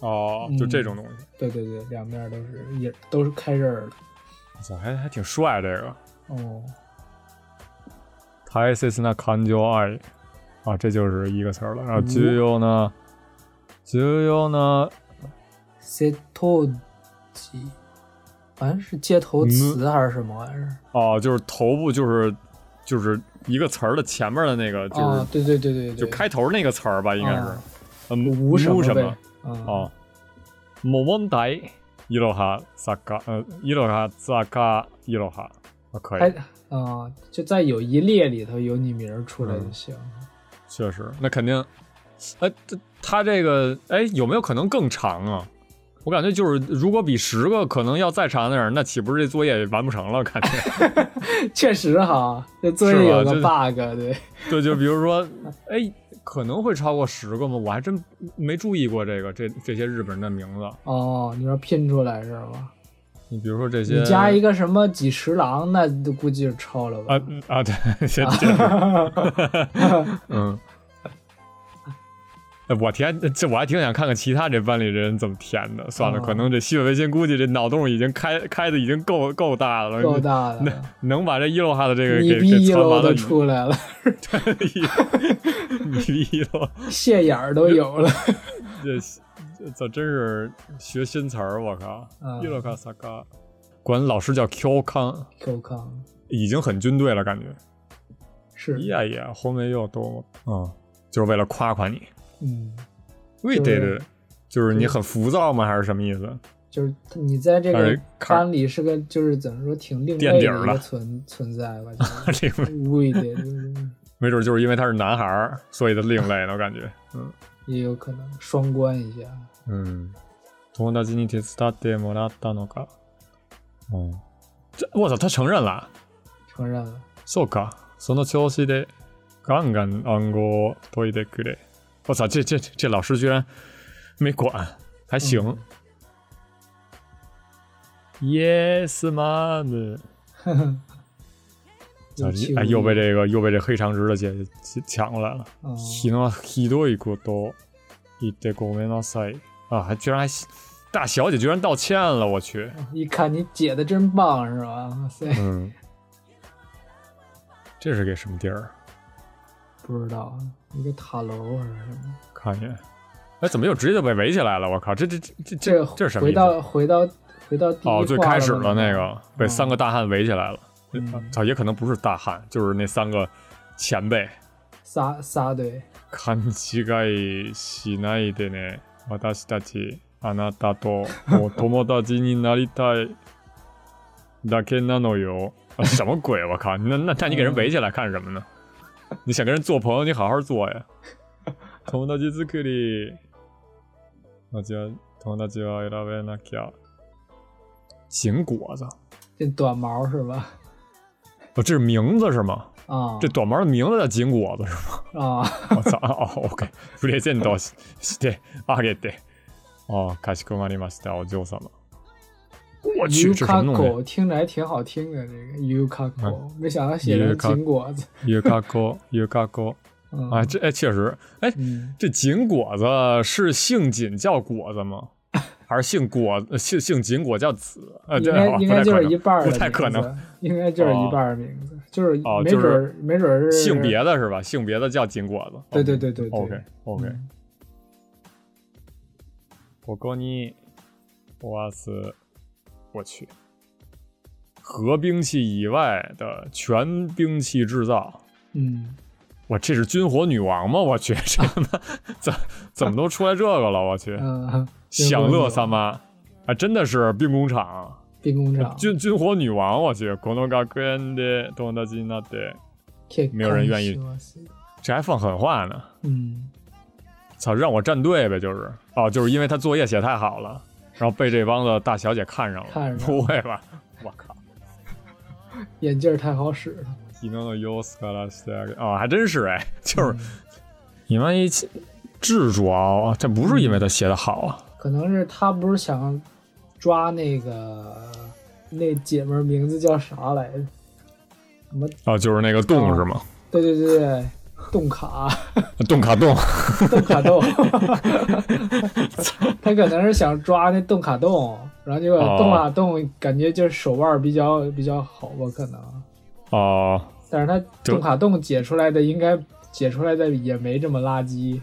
哦，嗯就这种东西，对对对，两面都是也都是开刃儿的。我操，还还挺帅这个。哦，大切な感情愛啊，这就是一个词儿了。然后嗯重要な重要な街头鸡，好像是街头词还是什么玩意儿？哦，就是头部就是就是一个词儿的前面的那个，就是、啊，对对对对对，就开头那个词儿吧，应该是啊嗯，无什么什呗么？嗯，哦，冇問題。伊洛哈萨卡，呃，伊洛哈萨卡伊洛哈，啊，可还以，啊、就在有一列里头有你名儿出来就行。确实，那肯定，哎，这他这个，哎，有没有可能更长啊？我感觉就是，如果比十个可能要再长点儿，那岂不是这作业也完不成了？ (laughs) 感觉，确实哈，这作业是吧有个这 bug，对，对，就比如说，哎，可能会超过十个吗？我还真没注意过这个这这些日本人的名字。哦，你说拼出来是吧？你比如说这些，你加一个什么几十郎，那就估计是超了吧啊？嗯啊，对， (laughs) 先先 (laughs) 是嗯。 (laughs) 哎我填这我还挺想看看其他这班里这人怎么填的。算了，哦可能这西北维新估计这脑洞已经开开的已经够够大了，够大的， (laughs) 能把这伊洛哈的这个你给逼给一传楼完都了， (laughs) 出来了， (laughs) 你逼伊洛，蟹眼儿都有了。 (laughs) 这这这真是学新词儿，我靠！嗯伊洛卡萨卡，管老师叫 Q 康， Q 康已经很军队了，感觉。是，いやいや、褒めよう多么嗯，就是为了夸夸你。嗯，为就是对对，就是你很浮躁吗？还是什么意思？ (laughs) 就是你在这但个是看班里是个，就是怎么说挺另类垫的底儿一个了存存在吧，就是另类，无一点就是没准就是因为他是男孩儿，所以他另类呢，我感觉。嗯也有可能双关一下。 (laughs) 嗯，友達に手伝ってもらったのか。嗯，这我操，他承认了。承认了，そうか、その調子でガンガン暗号を解いてくれ。我操，这这这老师居然没管，还行。yes, mom。又气哎，无又被力这个又被这黑长直的姐姐抢过来了。嗯ひどひどいこと言ってごめんなさい。啊，还居然还大小姐居然道歉了，我去。一看你姐的真棒是吧？哇塞，嗯， (laughs) 这是给什么地儿？啊不知道一个塔楼还是什么？看一眼。哎，怎么又直接就被围起来了？我靠，这这这这这这是什么回意思？到回到回到第一哦，最话开了始吧的那个被三个大汉围起来了。嗯操、也可能不是大汉，就是那三个前辈。仨仨对，勘違いしないでね。私たち、あなたとお友達になりたいだけなのよ。啊、什么鬼？我靠！那那那你给人围起来干什么呢？你想跟人做朋友，你好好做呀。友達作り。友達は友達は選べなきゃ。行果子，这短毛是吧？哦，这是名字是吗？啊，这短毛的名字叫紧果子是吗？啊，我操！哦，OK，プレゼントししてあげて。哦，かしこまりました，お嬢様。我去， u 这什 k a 么东 k 西？嗯 o 听着还挺好听的，这个 u k a k o 没想到写成 Yukako 金果子，ゆかこ，ゆかこ。嗯啊，这哎确实，哎，嗯这锦果子是姓锦叫果子吗？还是姓果呃姓姓锦果叫子？呃，应对，该好应不该太就可是能一半儿的不太可名字能。应该就是一半儿的名字，就是哦没就准是儿没准儿是性别的是吧？性别的叫金果子。对对对对对 OK OK。嗯ここに壊す，我去，核兵器以外的全兵器制造。嗯，我这是军火女王吗？我去，这他妈 (laughs) 怎怎么都出来这个了？我 (laughs) 去，嗯， (laughs) 享乐三三妈啊，真的是兵工厂。兵工厂，军军火女王，我去，この学園で友達になって，没有人愿意，这还放狠话呢。嗯，操，让我站队呗，就是哦，就是因为他作业写太好了，然后被这帮子大小姐看上了，看上 (laughs) 不会吧？我靠！眼镜儿太好使了，你弄的 u s 拉斯啊，还真是哎，就是你万一起执着啊，这不是因为他写的好啊，可能是他不是想抓那个那姐们儿名字叫啥来着？什么？哦，就是那个洞是吗？对对对对，冻卡，洞卡洞，冻卡豆， (laughs) 他可能是想抓那冻卡冻，然后结果哦冻卡冻感觉就是手腕儿比较比较好吧，可能，哦、但是他就冻卡冻解出来的应该解出来的也没这么垃圾，应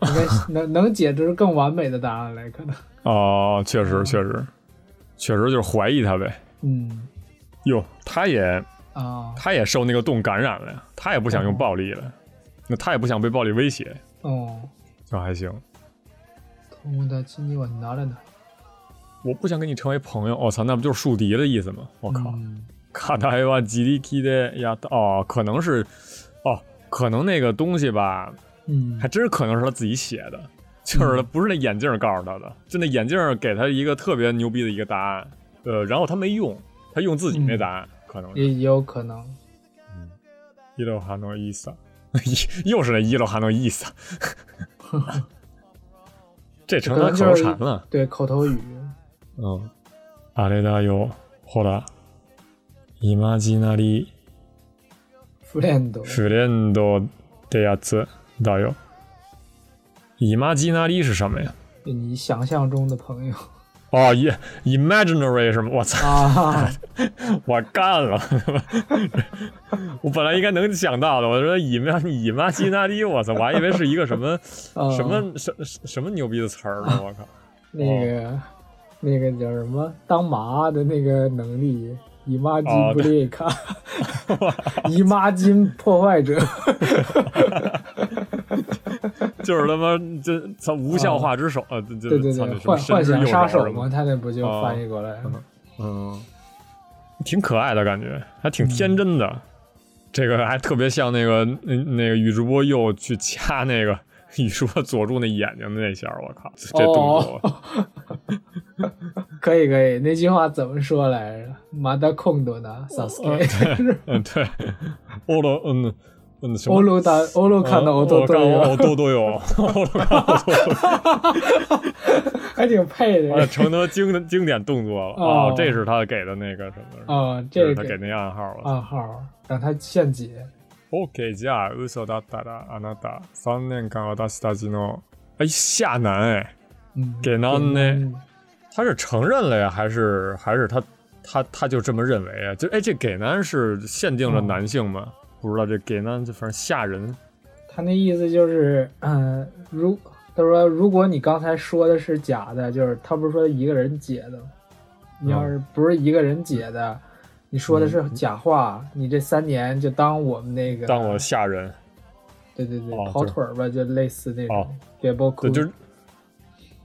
该是能能解出更完美的答案来，可能，哦、确实确实，确实就是怀疑他呗。嗯哟，他也啊，他也受那个洞感染了呀，他也不想用暴力了，那他也不想被暴力威胁， (laughs) 哦，就还行。通过的今天我拿了呢，我不想跟你成为朋友。我、哦操，那不就是树敌的意思吗？我靠，嗯卡达伊瓦吉利基的呀，哦，可能是，哦，可能那个东西吧，嗯还真是可能是他自己写的，就是他不是那眼镜告诉他的，就那眼镜给他一个特别牛逼的一个答案，呃，然后他没用，他嗯用自己那答案，可能是。也也有可能，伊洛哈诺伊萨， (laughs) 又是那一楼还能意思， (laughs) 这成他可能口就头是禅了。对口头语，嗯，あれだよ、ほら、イマジナリ friend フレンド的やつだよ。イマジナリ是什么呀？你想象中 (laughs) 的朋友哦，i imaginary 是吗？我操！啊，哎我干了， (laughs) 我本来应该能想到的。我说以妈以妈基纳利，我操！我还以为是一个什么呃什么什什么牛逼的词儿呢，我靠！那哦个那个叫什么当麻的那个能力，姨妈金哦布列卡， (laughs) 姨妈金破 (laughs) 坏者，就是他妈这操无效化之手，呃，这对嗯这对操对，这什么幻神幻之想右杀手手什嘛，么，他那不就哦翻译过来了？嗯，挺可爱的感觉，还挺天真的。这个还特别像那个那那个宇智波鼬去掐那个宇智波佐助那眼睛的那下儿，我靠，这动作哦，可以可以，那句话怎么说来着？马达空多呢萨斯嗯， k 对，嗯，对，欧罗，嗯嗯，什么？哦欧鲁达欧鲁卡的欧多多有，欧哟，多多有，欧罗看欧多多有，还挺配哎的成他经经典动作了哦哦，这是他给的那个什么？啊，这是这他给哦个那暗号了。暗号让他现解 OK，じゃあ嘘だったらあなた三年間私たちの哎下男哎，嗯，给男呢？嗯他是承认了呀，还是还是他他他就这么认为啊？就哎，这给男是限定了哦男性吗？不知道这给男就反正吓人他那意思就是，嗯、如他说如果你刚才说的是假的，就是他不是说一个人解的吗，嗯你要是不是一个人解的，你说的是假话，你这三年就当我们那个当我吓人。对对对、哦跑就是腿儿吧，就类似那种，哦对，包括对，就是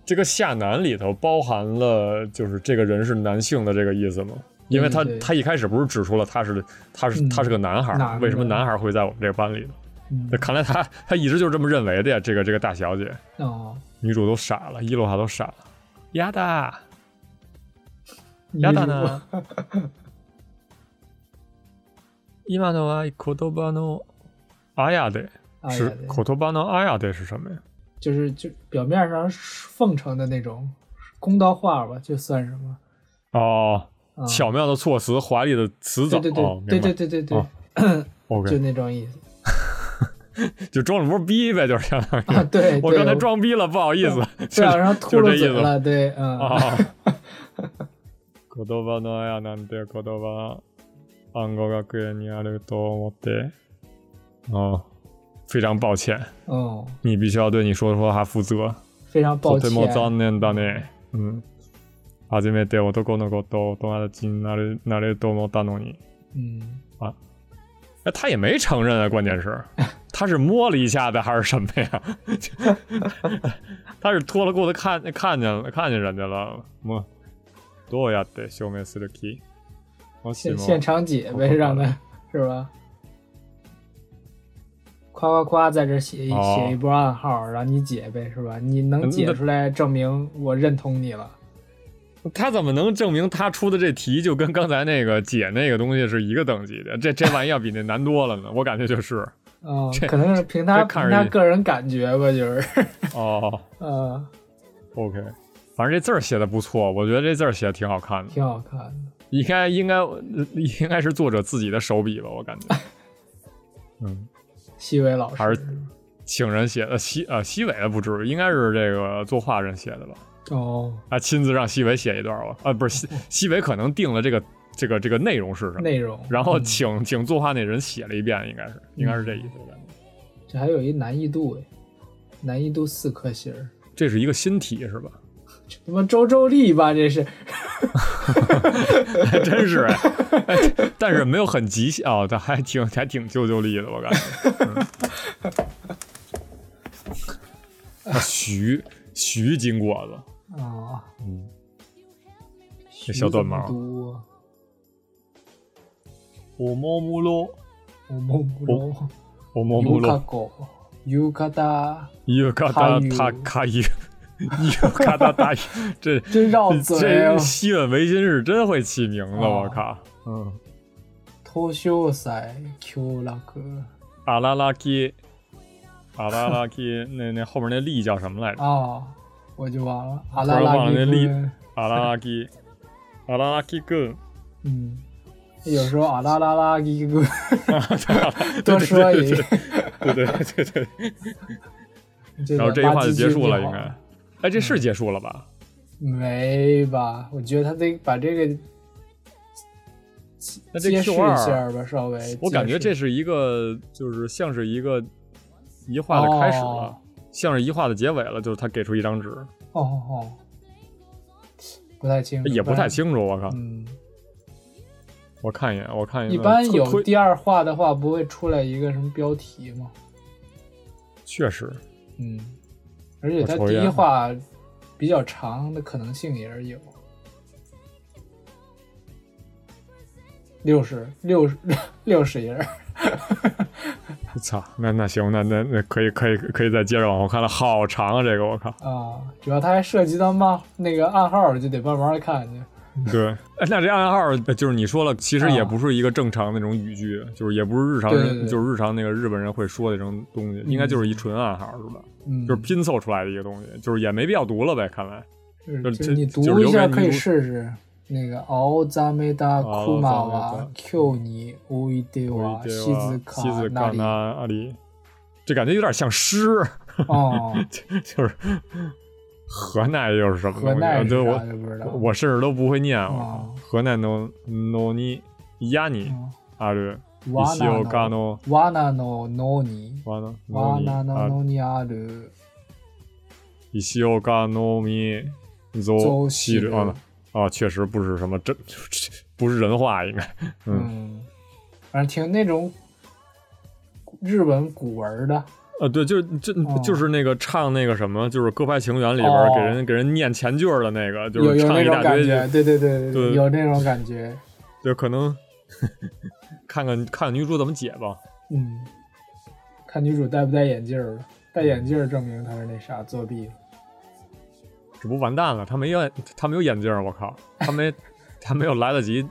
这个下男里头包含了就是这个人是男性的这个意思吗？因为他嗯对对他一开始不是指出了他是他是、嗯他是个男孩儿，男的为什么男孩儿会在我们这个班里呢？嗯那看来他他一直就是这么认为的呀。这个这个大小姐，哦，女主都傻了，伊洛卡都傻了。亚达女亚主达 (laughs) 呢？今のは言葉のあやで哎是呀，对言葉のあやで是什么呀？就是就表面上奉承的那种公道话吧，就算什么，哦，啊巧妙的措辞，华丽的词藻，对对对、哦、对明白对对对对，哦 OK，就那种意思。就装着波逼呗，就是相当于。啊，对，嗯我对刚才装逼了，不好意思， (laughs) 对，啊然后秃就这噜意思嘴了，对，嗯， (laughs) 啊。言葉のやなんて言葉、暗号学園にあると思って。哦，非常抱歉，哦，你必须要对你说的话负责。非常抱と歉て，も残念だね。嗯，初めて男の子と友達になるなれると思ったのに。嗯，哎，他也没承认啊，关键 (laughs) 是他是摸了一下子还是什么呀？他是脱了裤子看看见了看见人家了，摸どうやって証明する気？もし现も现场解呗，让他是吧？夸夸夸，在这写一、哦嗯写一波暗号，让你解呗，是吧？你能解出来，证明我认同你了。他怎么能证明他出的这题就跟刚才那个解那个东西是一个等级的？这这玩意要比那难多了呢，我感觉就是嗯 (laughs) 这，可能是凭他这看凭着他也个人感觉吧，就是， (laughs) 哦呃， ，OK，反正这字儿写的不错，我觉得这字儿写的挺好看的。挺好看的。应该应该应该是作者自己的手笔吧，我感觉。 (laughs) 嗯，西伟老师还是请人写的，西呃西伟的不至于，应该是这个作画人写的吧？哦，啊，亲自让西伟写一段吧？啊，不 (laughs) 是西西伟可能定了这个这个这个内容是什么，内容，然后嗯请、请作画那人写了一遍，应该是应该是这意思，我感嗯觉。这还有一难易度哎，难易度四颗星儿。这是一个新题是吧？他妈周周丽吧，这是还真是哎，哎但是没有很极限哦，他还挺还挺救救力的，我感觉。嗯、啊徐徐金果子，啊，嗯，这小短毛读啊，我摸摸喽，我摸不着。我摸摸尤卡喽，狗，尤卡达，伊卡达塔卡伊，伊卡达达伊，这真绕嘴这啊个！西本维新是真会起名字，哦我靠，嗯偷秀赛 Q 拉克，啊阿拉拉基，阿拉拉基，那那后面那力叫什么来着？哦，我就忘了。阿知道拉拉忘了那力基哥，阿拉拉基，阿拉拉基哥，嗯，有时候阿拉拉拉基哥对 (laughs) 多说对一对对对对对对。这然后个这一吧话就唧结唧束了，应就好该。哎，这是结束了吧？没吧？我觉得他得把这个那这揭示 Q 一二，下吧，稍微。我感觉揭这示是一个，就是像是一个一画的开始了哦，像是一画的结尾了，就是他给出一张纸，哦哦哦，不太清楚，也不太。清楚。啊我靠，嗯，我看一眼，我看一眼。一般推有推第二话的话，不会出来一个什么标题吗？确实，嗯，而且它我抽第烟一了话比较长的可能性也是有。六十 (laughs) 六六十页儿，操，那那行，那那那可以可以可以再接着往后看了，好长啊，这个我靠。啊，主要它还涉及到漫那个暗号，就得慢慢地看去。 (laughs) 对，哎那这暗号呃就是你说了，其实啊也不是一个正常那种语句，就是也不是日常对人，对对就是日常那个日本人会说的这种东西，应该就是一纯暗号是吧？嗯，就是拼凑出来的一个东西，就是也没必要读了呗，看来。是就是嗯就是这你就是读一留给下你可以读试试那个奥扎梅达哦库马奥扎梅瓦达 Q 你乌伊德瓦西西兹西卡子那卡里纳阿里，这感觉有点像诗， (laughs) 哦，就是河奈又是什么东河西？啊奈是对我啥就不知道。我甚至都不会念，我靠哦，河奈诺诺尼亚尼嗯阿里伊瓦西奥纳嘎诺诺瓦纳诺诺尼瓦诺瓦诺尼纳诺阿诺尼阿鲁西欧嘎诺米佐周哦西西鲁鲁啊啊，确实不是什么真， (laughs) 不是人话，应该嗯嗯，反正挺那种日文古文儿的。呃对，就是这哦就是那个唱那个什么，就是《歌牌情缘》里边哦儿给人给人念前句儿的那个，就有是有唱那一种大感堆觉，就，对对对对对，有那种感觉，对，可能 (laughs) 看看看女主怎么解吧。嗯，看女主戴不戴眼镜儿了，戴眼镜儿证明她是那啥作弊了。这不完蛋了，他没眼，他没有眼镜儿，我靠，他没他没有来得及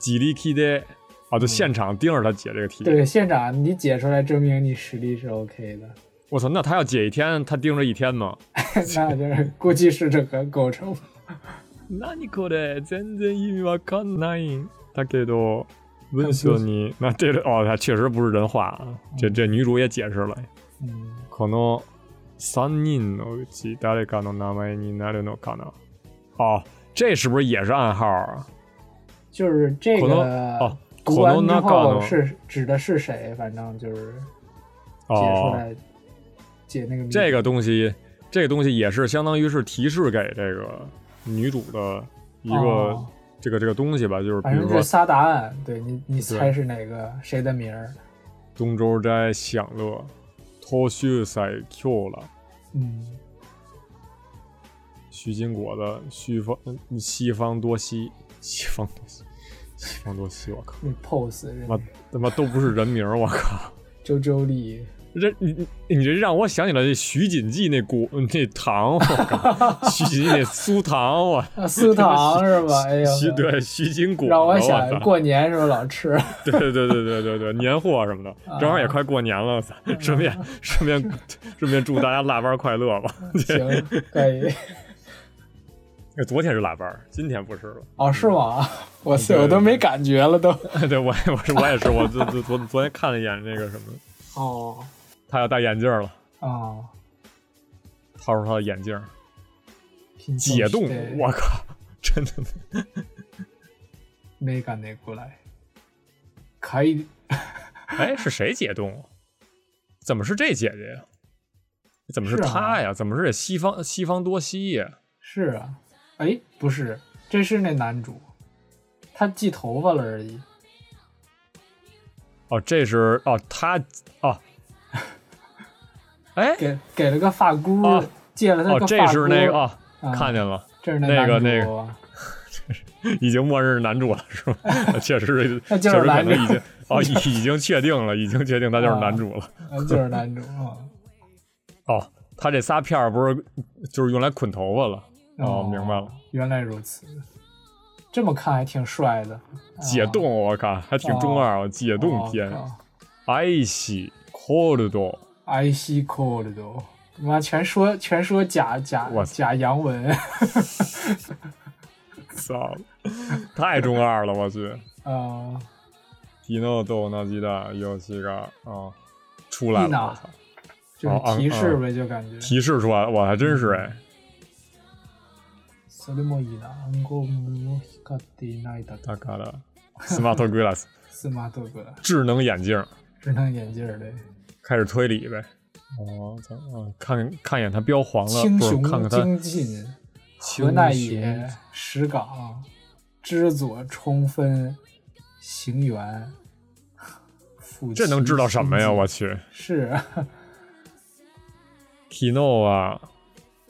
几力 K 的啊，就现场盯着他解这个题。嗯对，现场你解出来，证明你实力是 OK (laughs) 的，我操，那他要解一天，他盯着一天吗？那就是估计是这个构成。那你これ全然意味わかんない。だけど文章に那这个哦，他确实不是人话啊。这这女主也解释了，嗯，この三人のうち誰かの名前になるのかな？哦，这是不是也是暗号啊？就是这可能个哦读完之可能那个后呢是指的是谁，反正就是解出哦，来解那个谜这个东西，这个东西也是相当于是提示给这个女主的一个、哦这个这个东西吧，就是比反正如这说仨答案，对你你猜是哪个谁的名儿？东周斋享乐，偷秀赛 Q 了。嗯，须金果的西方嗯西方多西西方多西西方多西，我靠，那 pose 人妈他妈都不是人名儿，我靠！周周丽，这你你你这让我想起来这徐锦记那果那糖，我靠， (laughs) 徐锦记那酥糖，我啊， (laughs) 私堂是吧？哎呀， (laughs) 徐对徐锦果，让我我想操过年时候老吃， (laughs) 对对对对对对，年货什么的，正啊好也快过年了，我操 (laughs) 顺便顺便顺便祝大家腊八快乐吧。行，可以。哎昨天是腊八，今天不是了。 (laughs) 哦，是吗？ (laughs) 哇塞，我都没感觉了都。对我也我是我也是，我昨昨昨昨天看了一眼那个什么。哦，他要戴眼镜了，哦，掏出他的眼镜解冻，啊我靠，真的没感觉过来。可以，哎，是谁解冻？怎么是这姐姐呀？怎么是是啊她呀？怎么是这西方西方多西呀？是啊，哎，不是，这是那男主，他系头发了而已。哦，这是哦，她 (laughs) 哦，哎给给了个发箍，哦借了他哦个，这发箍。是那个哦，啊看见了，这是那那个男那主个 (laughs) 啊 (laughs) 已经默认男主了是吧？ (laughs) 确实是，那确就实是可男主能已经哦已已经确定了，已经确定他就是男主了。啊就是男主 (laughs) 啊。哦，他这仨片儿不是就是用来捆头发了？ (laughs) 哦，明白了。原来如此。这么看还挺帅的，啊解冻，我靠，还挺中二啊！解冻天哦，爱惜 cold， I see cold 都，妈全说全说假假我操假洋文， (laughs) 操，太中二了，我去。呃，提诺豆那鸡蛋有西嘎啊，出来了，一脑我操！就是哦嗯提示嗯呗，就感觉。提示出来了，我还真是哎，それもいいな。暗号も光っていないだと。大嘎 (laughs) 的 smart glass スマートグラス智能眼镜，智能眼镜儿的开始推理呗。哦，咱啊，看看一眼它标黄了，青不是雄看看它精进，青河奈雄野石冈，知左冲分，行源。复这能其知道什么呀？心我去是啊提诺啊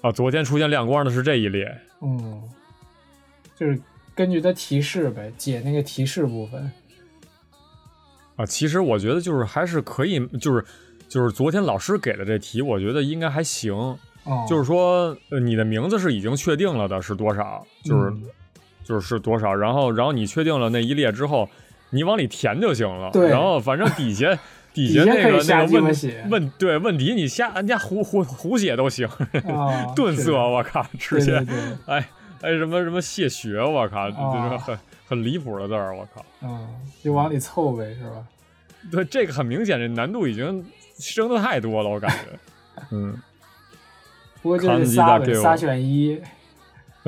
啊，昨天出现亮光的是这一列，嗯，就是根据它提示呗，解那个提示部分。啊，其实我觉得就是还是可以，就是就是昨天老师给的这题，我觉得应该还行。哦，就是说，呃，你的名字是已经确定了的，是多少？就是、嗯就是是多少？然后然后你确定了那一列之后，你往里填就行了。对然后反正底 (laughs) 下底下底下那可个以瞎那鸡个巴问写问对问题，你瞎人家胡胡胡写都 (laughs) 行，(laughs) 啊顿是色，我靠，直对接对对，哎哎什么什么谢学，我靠，这这啊是很很离谱的字儿，我靠。嗯，就往里凑呗，是吧？对，这个很明显，这难度已经升的太多了，我感觉。 (laughs) 嗯，不过就是仨呗，仨选一，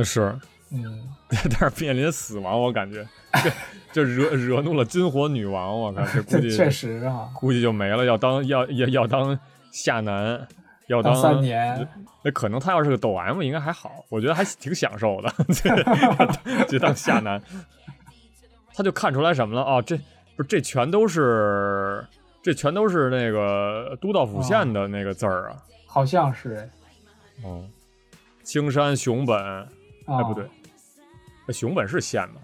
是，嗯，但是面临死亡，我感觉 (laughs) 这这惹惹怒了金火女王，我靠，这估这计 (laughs) 确实啊，估计就没了，要当要要要当下男，要当当三。年，那可能他要是个抖 M，应该还好，我觉得还挺享受的， (laughs) 对就当下男。他就看出来什么了啊？这不是这全都是这全都是那个都道府县的那个字儿啊。好像是，哎哦，青山熊本，啊，哎，不对，，哎熊本是县吧？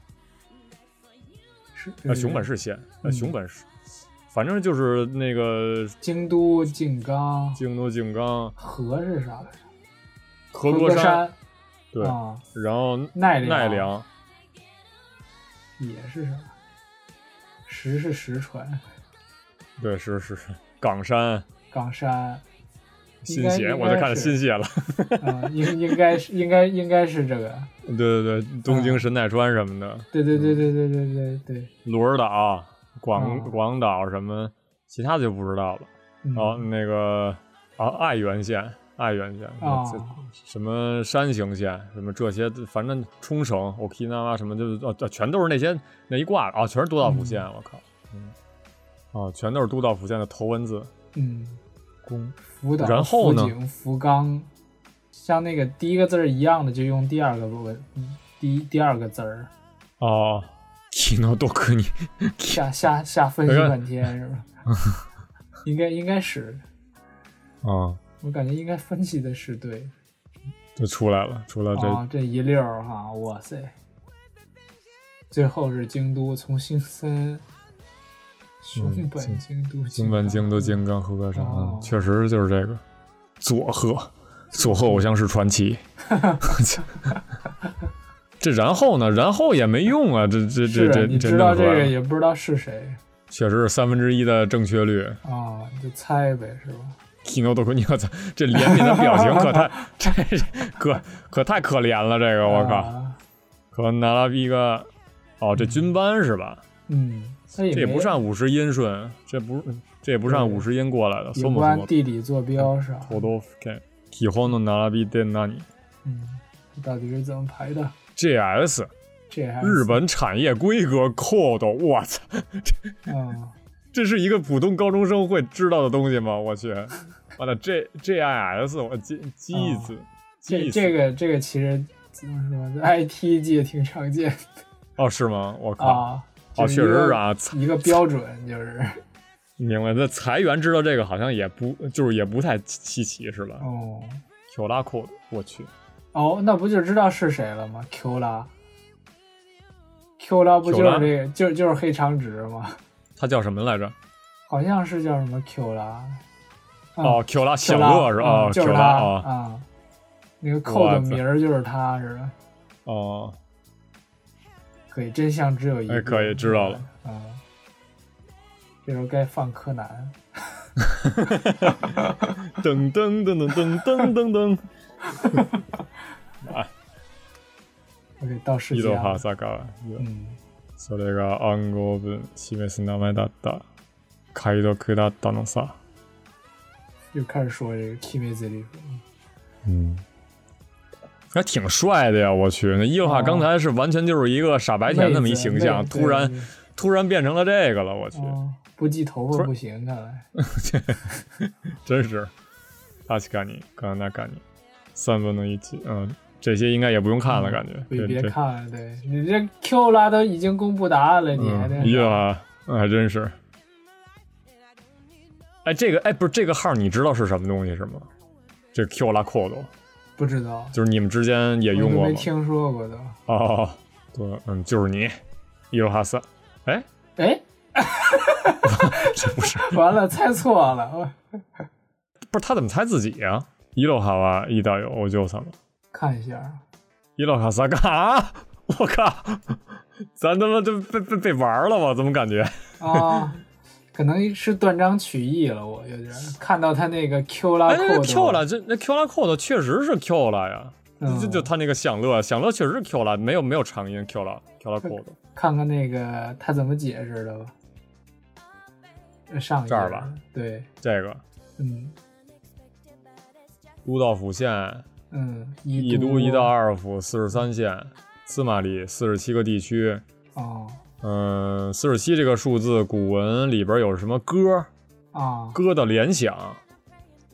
是啊，熊本是县，呃，嗯熊本是，反正就是那个京都、静冈、京都静冈、和是啥来着？和歌歌山，山对，啊，然后奈良奈良，也是啥？石是石川，对，是是是，冈山、冈山，应新该泻，应我都该看见是新泻了，啊，应 (laughs) 应该是应该应该是这个，对对对，东嗯京神奈川什么的，对对对对对对对对，鹿儿岛、广嗯广岛什么，其他的就不知道了。嗯哦，那个啊，爱媛县，爱媛县啊这什么山形县，什么这些，反正冲绳、Okinawa 什么，就是哦，这全都是那些那一挂的啊，全是都道府县，我靠，嗯，啊，全都是都道府县的头文字。嗯，宫福岛、然后呢福井、福冈，像那个第一个字儿一样的，就用第二个文，嗯第第二个字儿哦，キノドクニ下下下分析我看半天是吧？ (laughs) 应该应该是，啊，我感觉应该分析的是对就出来了，出来这啊，这一溜儿哈，哇塞！最后是京都，从新森、熊本、京京都、金嗯本京都金刚和歌山，哦嗯确实就是这个佐贺，佐贺偶像是传奇。 (laughs) 这然后呢？然后也没用啊！这这这是这你这知道弄出这来了个也不知道是谁确实是三分之一的正确率。啊，你就猜呗，是吧？ Kino 都你我操，这怜悯的表情可 (laughs) 太这可可太可怜了，这个我靠！啊可拿拉比个哦，这军班是吧？嗯，这这也没不上五十音顺，这不这也不上对五十音过来的，有搜摸搜关摸。地理坐标啥，都都看基本の並びで何嗯，这到底是怎么排的？ ？GS 这还日本产业规格 code，我操，啊，这是一个普通高中生会知道的东西吗？我去，完了 G GIS 我 G G 字这 G 这个这个其实怎么说呢，IT 界挺常见哦是吗？我靠，啊。哦就确一个实是，啊，裁一个标准就是，明白。那裁员知道这个好像也不就是也不太稀奇是吧哦 q 拉 code，我去哦，那不就知道是谁了吗？Q 拉，Q 拉不就是这个，就就是黑长直吗？他叫什么来着？好像是叫什么 Q 拉，嗯哦 q 拉小小拉乐是吧嗯哦就是 q 拉他啊啊，那个我扣操的名儿就是他是吧？哦。可以，真相只有一个。嗯哎可以知道了。啊，这时候该放柯南。噔噔噔噔噔噔噔噔。 OK，到世井界戸啊は。坂が嗯，それが暗号文示す名前だった解読だったのさ。又开始说这个 Kimi 子里。嗯，还挺帅的呀！我去，那伊洛哈哦刚才是完全就是一个傻白甜那么一形象，妹子突然妹子突然变成了这个了，我去，哦，不系头突发然不行，啊看来。真是。確かに、ガナガニ、三分の一，嗯，这些应该也不用看了，感觉。别这嗯别这看了，对你这 Q 拉都已经公布答案了，你还在嗯，伊洛哈，嗯还真是。哎，这个哎，不是这个号，你知道是什么东西是吗？这个 Q 拉 Q 的，不知道？就是你们之间也我用都过没吗？听说过都。哦，对，嗯，就是你，伊洛哈三，哎，哎，这不是， (laughs) 完了，猜错了。我不是他怎么猜自己呀、啊？伊洛哈は一道有お嬢様。看一下，伊洛哈萨嘎，我靠，咱他妈就被被被玩了吧？怎么感觉？啊，可能是断章取义了，我有点儿看到他那个 Q 拉哎，扣那的个 Q 了，这那 Q 拉扣的确实是 Q 了呀。嗯这就他那个享乐，享乐确实是 Q 了，没有没有长音 Q 了，Q 了扣的。看看那个他怎么解释的吧。呃上一这儿页吧，对，这个嗯都道府县嗯，一都都一到二府四十三县，司马里四十七个地区。哦嗯，四十七这个数字，古文里边有什么歌啊，歌的联想？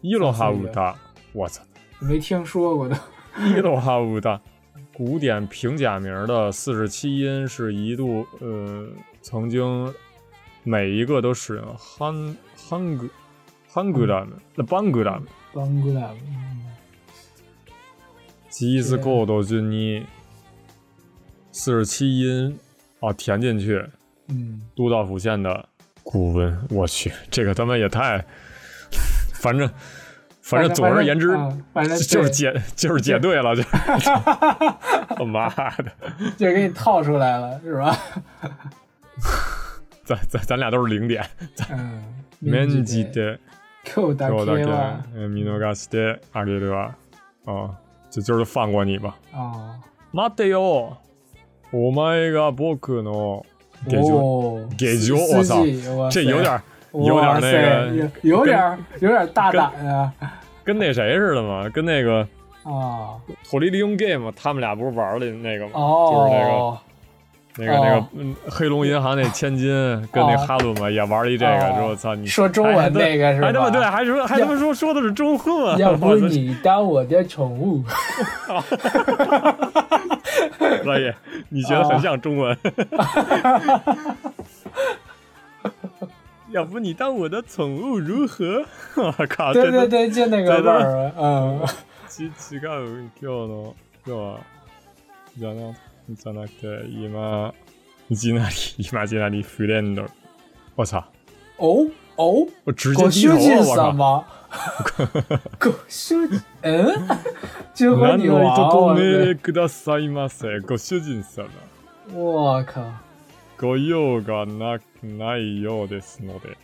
伊洛哈舞大，我操！没听说过的，伊洛哈舞大，古典平假名的四十七音是一度呃曾经每一个都使用汉汉格汉格拉姆、那邦格拉姆、邦古拉姆嗯吉斯够都军尼四十七音啊填进去，嗯。都道府县的古文，我去，这个他妈也太，反正反正总而言之，嗯 (laughs) 反正就是对解就是解对了，就，我妈的，就是给你套出来了，是 (laughs) 吧？咱咱咱俩都是零点。嗯，面积对的 Q 啊打给我大啊 K 概嗯吧，見逃してあげるわ。啊，这就是放过你吧。啊，待てよ、お前が僕の下宿。哦，给酒司我操机哇这塞有点有点那哇塞个，有有点有点大胆啊跟那谁似的嘛，跟那个啊《托利利用 Game》他们俩不是玩的那个嘛，哦，那个那个嗯黑龙银行那千金跟那哦哈鲁嘛也玩了一这个，哦说我操你说中文还他妈那个是吧还他妈对，还说还他妈说说的是中文，要 (laughs) 不我操你当我的宠物？啊可以，哎你学的很像中 (laughs) 文。要不你当我的宠物如何？ (laughs) 我靠，对这对都对，就那个对味儿，嗯，違う今日の今日はじゃなじゃなくて今いき (laughs) なり今いきなりフレンド。我操！哦哦，我直接狗低头秀是了，我什靠！ (laughs) 么？狗秀，嗯，就和何女の王，意図と我命对令くださいませ、ご主人様。我靠，ご用がなないようですので。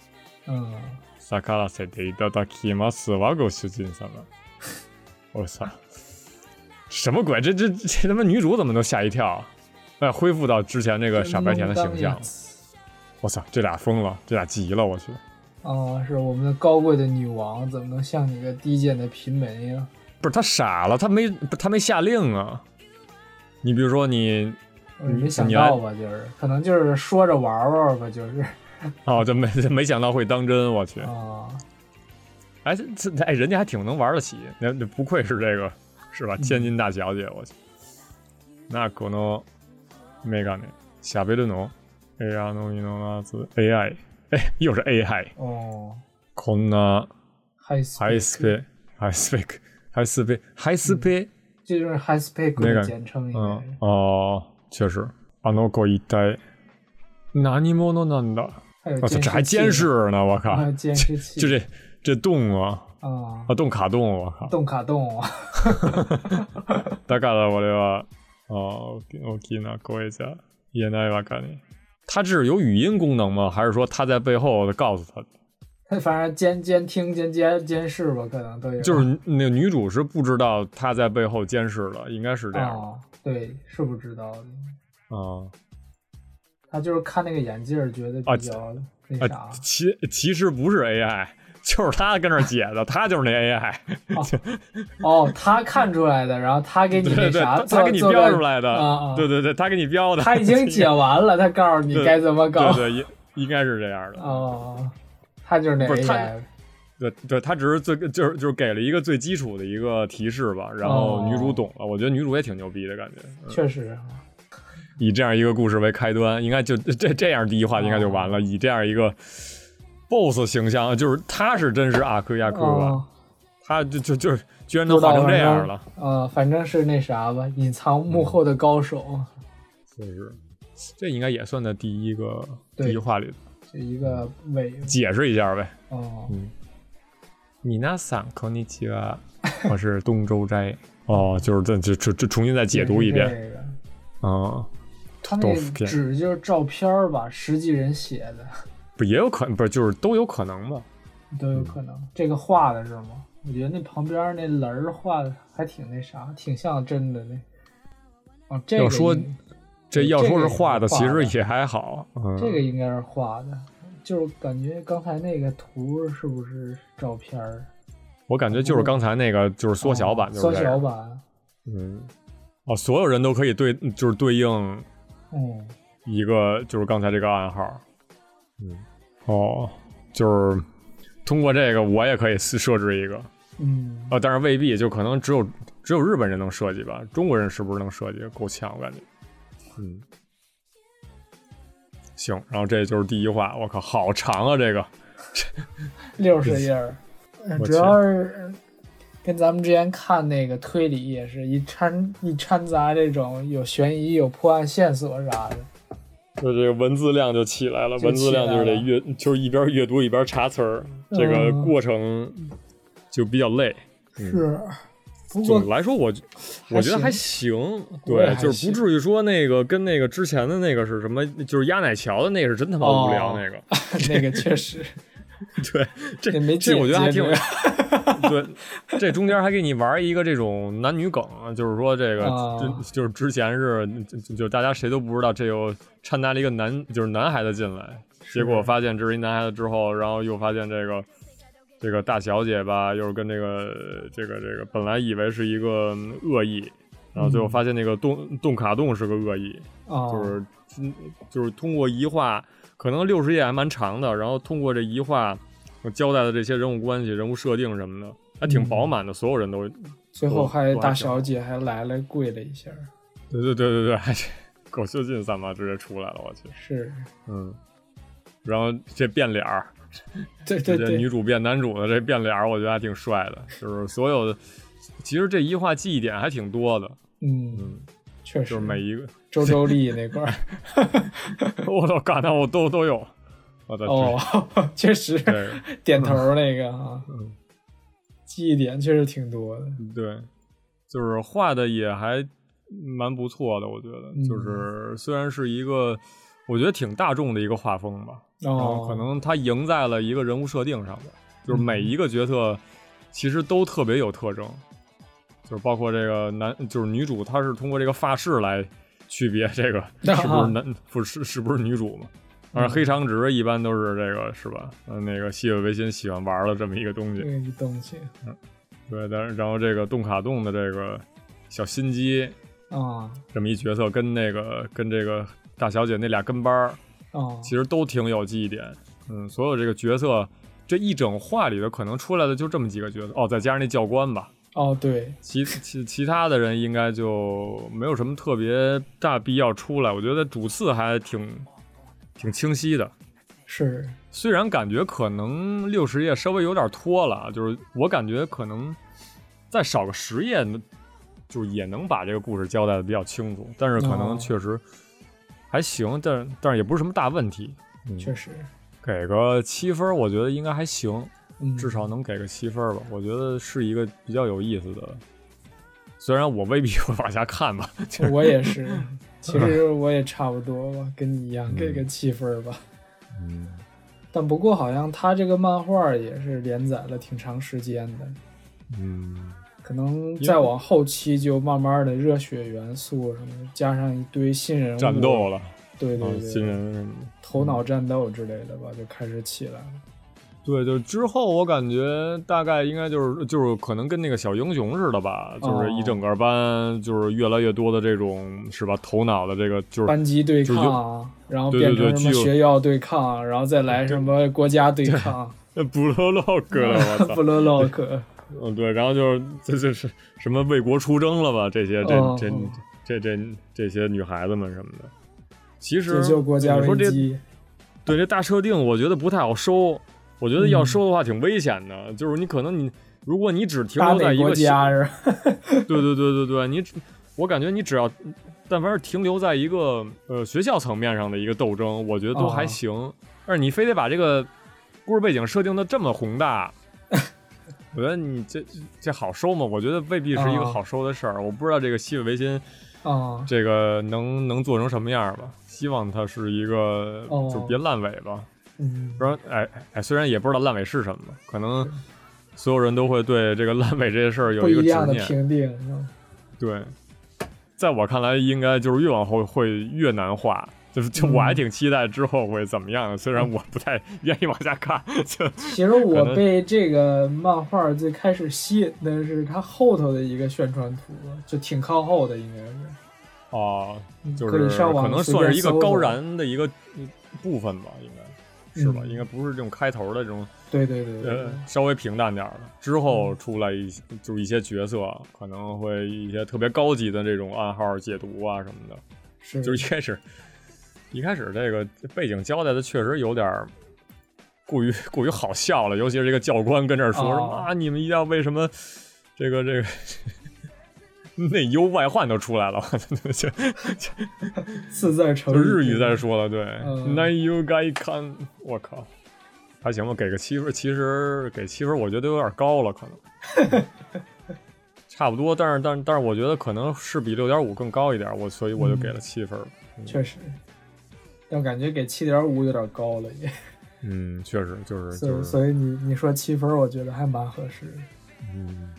嗯。逆らせていただきますわ、ご主人様。 (laughs) 我操，什么鬼？这这这他妈女主怎么能吓一跳？哎，恢复到之前那个傻白甜的形象了。我操，这俩疯了，这俩急了，我去。哦，是我们的高贵的女王，怎么能像你个低贱的啊平民呀？不是他傻了，他没不是他没下令啊。你比如说嗯你我也没想到吧，就是可能就是说着玩玩吧，就是哦，这没这没想到会当真，我去。啊，哎，这这哎，人家还挺能玩得起，那那不愧是这个是嗯吧？千金大小姐，我去。那このメガネ喋るの AI のみの夏 AI，哎，又是 AI，哦，こんな嗨ハイスペハイスペックハイスペハイスペ，这就是 high spec 那的个简称，应该嗯是。哦，确实，あの子一体何者なんだ？还有我操，监哦这还视器监视呢，我呢，还靠有，监视器， (laughs) 啊就这这动啊啊啊，动卡动，我靠。动卡动啊， (laughs) だから俺は、あー大き大きな声じゃ言えないわかね。它是有语音功能吗？还是说他在背后告诉他？反正监监听、监监监视吧，可能都有。啊就是那个女主是不知道他在背后监视的，应该是这样啊、哦，对，是不知道的。嗯他就是看那个眼镜儿，觉得啊比较那啥啊，。其其实不是 AI，就是他跟那儿解的，他就是那 AI，哦，他看出来的，然后他给你对对那对，啥他，做他给你做标个出来的，啊啊对对对，他给你标的，他已 (laughs) 经解完了，他告诉你对该怎么搞对。对，应应该是这样的。哦，他就是那不是他 AI 对对，他只是最就是就是给了一个最基础的一个提示吧，然后女主懂了，我觉得女主也挺牛逼的感觉。嗯确实，啊以这样一个故事为开端，应该就这这样第一话应该就完了。以这样一个 BOSS 形象，就是他是真是阿克亚克吧，哦，他就就就是居然能画成这样了，呃，反正是那啥吧，隐藏幕后的高手，确实，这应该也算在第一个对第一话里就一个伪解释一下呗。哦，米娜桑こんにち (laughs) は，我是东周斋。哦，就是这就就就重新再解读一遍，这个。嗯。他那豆腐片纸就是照片儿吧，实际人写的不也有可能，不是就是都有可能吧？都有可能。这个画的是吗？我觉得那旁边那人儿画的还挺那啥，挺像真的那。哦，这个要说应这要说是画的，这其个也是画的实也还好。嗯，这个应该是画的，就是感觉刚才那个图是不是照片儿？我感觉就是刚才那个，就是缩小版，就是嗯哦缩这小样。版，嗯，哦，所有人都可以对，就是对应嗯，一个，就是刚才这个暗号。嗯，哦，就是通过这个，我也可以设置一个。嗯，呃，但是未必，就可能只有只有日本人能设计吧，中国人是不是能设计？够呛，我感觉。嗯，行，然后这就是第一话，我靠，好长啊，这个。六十页儿，嗯我主要是跟咱们之前看那个推理也是一掺一掺杂这种有悬疑、有破案线索啥的。就这个文字量就起来了，就文字量就是得起阅，就是一边阅读一边查词儿，这个过程就比较累。是，不过嗯总的来说，我我觉得还行，我对也还，就是不至于说那个跟那个之前的那个是什么，就是压奶桥的那个是真他妈无聊哦那个， (laughs) 那个确实对，这也没这我觉得还挺解决有。 (laughs) 对，这中间还给你玩一个这种男女梗，啊就是说这个，哦就就是之前是就就就大家谁都不知道，这又掺杂了一个男，就是男孩子进来，结果发现这是一男孩子之后，然后又发现这个这个大小姐吧，又是跟这个这个这个本来以为是一个嗯恶意，然后最后发现那个洞洞卡洞是个恶意，啊，就是嗯就是通过一画，可能六十页还蛮长的，然后通过这一画，我交代的这些人物关系、人物设定什么的，还嗯挺饱满的，所有人都，最后还我还大行小姐还来了跪了一下儿，对对对对对，还是狗秀进三妈直接出来了，我去，是，嗯，然后这变脸儿，对对这女对，主变男主的这变脸儿，我觉得还挺帅的，就是所有的，其实这一画记忆点还挺多的，嗯，嗯，确实，就是每一个，周周丽那 (laughs) 块儿，我都感到我都都有，我的哦，确实这个。点头儿那个啊，嗯记忆点确实挺多的，对，就是画的也还蛮不错的，我觉得，就是虽然是一个我觉得挺大众的一个画风吧，然哦后，可能它赢在了一个人物设定上吧，就是每一个角色其实都特别有特征，就是包括这个男，就是女主，她是通过这个发饰来区别这个是不是男，不是是不是女主嘛。而黑长直一般都是这个是吧？嗯，那个细尾维新喜欢玩的这么一个东西，这个东西对，但是然后这个动卡动的这个小心机啊这么一角色，跟那个跟这个大小姐那俩跟班儿，啊，其实都挺有记忆点。嗯，所有这个角色这一整话里头可能出来的就这么几个角色哦，再加上那教官吧，哦对，其其其他的人应该就没有什么特别大必要出来。我觉得主次还挺挺清晰的，是，虽然感觉可能六十页稍微有点拖了，啊就是我感觉可能再少个十页，就也能把这个故事交代的比较清楚，但是可能哦确实还行，但是但是也不是什么大问题，确实，给个七分儿，我觉得应该还行，嗯，至少能给个七分儿吧。我觉得是一个比较有意思的，虽然我未必会往下看吧，就是 (laughs) 我也是， (laughs) 嗯嗯其实我也差不多吧，跟你一样，给个七分儿吧。但不过好像他这个漫画也是连载了挺长时间的，嗯，可能因为再往后期就慢慢的热血元素什么的，加上一堆新人物战斗，了，对对啊，对，新人什么的。头脑战斗之类的吧，就开始起来了。对，就之后我感觉大概应该就是就是可能跟那个小英雄似的吧，哦就是一整个班就是越来越多的这种是吧，头脑的这个就是 (laughs) 班级对就是抗，然后对变对成对什么具有学校对抗，然后再来什么国家对 (laughs) 抗，布洛洛克了，我操 (laughs) 布，勒洛克，嗯对，然后就是这这是什么为国出征了吧，这些这哦这哦这这这些女孩子们什么的，其实解救国家你说危这机。对这大设定，我觉得不太好收。我觉得嗯要收的话挺危险的，就是你可能你，如果你只停搭留在哪一国个小，家是吧？对对对对对，你只我感觉你只要，但凡是停留在一个呃学校层面上的一个斗争，我觉得都啊还行。但是你非得把这个故事背景设定的这么宏大，我觉得你这这好收吗？我觉得未必是一个啊好收的事儿。我不知道这个西尾维新啊、这个能能做成什么样吧，希望它是一个、哦就别烂尾吧。嗯不，然，哎哎，虽然也不知道烂尾是什么，可能所有人都会对这个烂尾这件事儿有嗯不一个一样执的念。评定。 (laughs) 嗯对，在我看来，应该就是越往后会越难画。就是就我还挺期待之后会怎么样的，虽然我不 (laughs) 太愿意往下看。就其实我可能被这个漫画最开始吸引的是它后头的一个宣传图，就挺靠后的，应该是。嗯哦、就可是以上网可能随算便是一个搜高搜燃的一个嗯部分吧，应该是吧？嗯应该不是这种开头的这种对对对对对呃，稍微平淡点儿的。之后出来一些就是一些角色，可能会一些特别高级的这种暗号解读啊什么的。是就是一开始，一开始这个背景交代的确实有点儿过于过于好笑了，尤其是这个教官跟这儿说什么、哦啊，你们一定要为什么这个这个。 (laughs) 内忧外患都出来了， (laughs) 就四字成就语日语在说了，对 (laughs) 嗯内忧该看，我靠，还行吧，给个七分，其实给七分，我觉得有点高了，可能 (laughs) 差不多，但是但是但是我觉得可能是比六点五更高一点，我所以我就给了七分，确实，但感觉给七点五有点高了也，嗯，确实就是所就以是，所以你你说七分，我觉得还蛮合适的。嗯，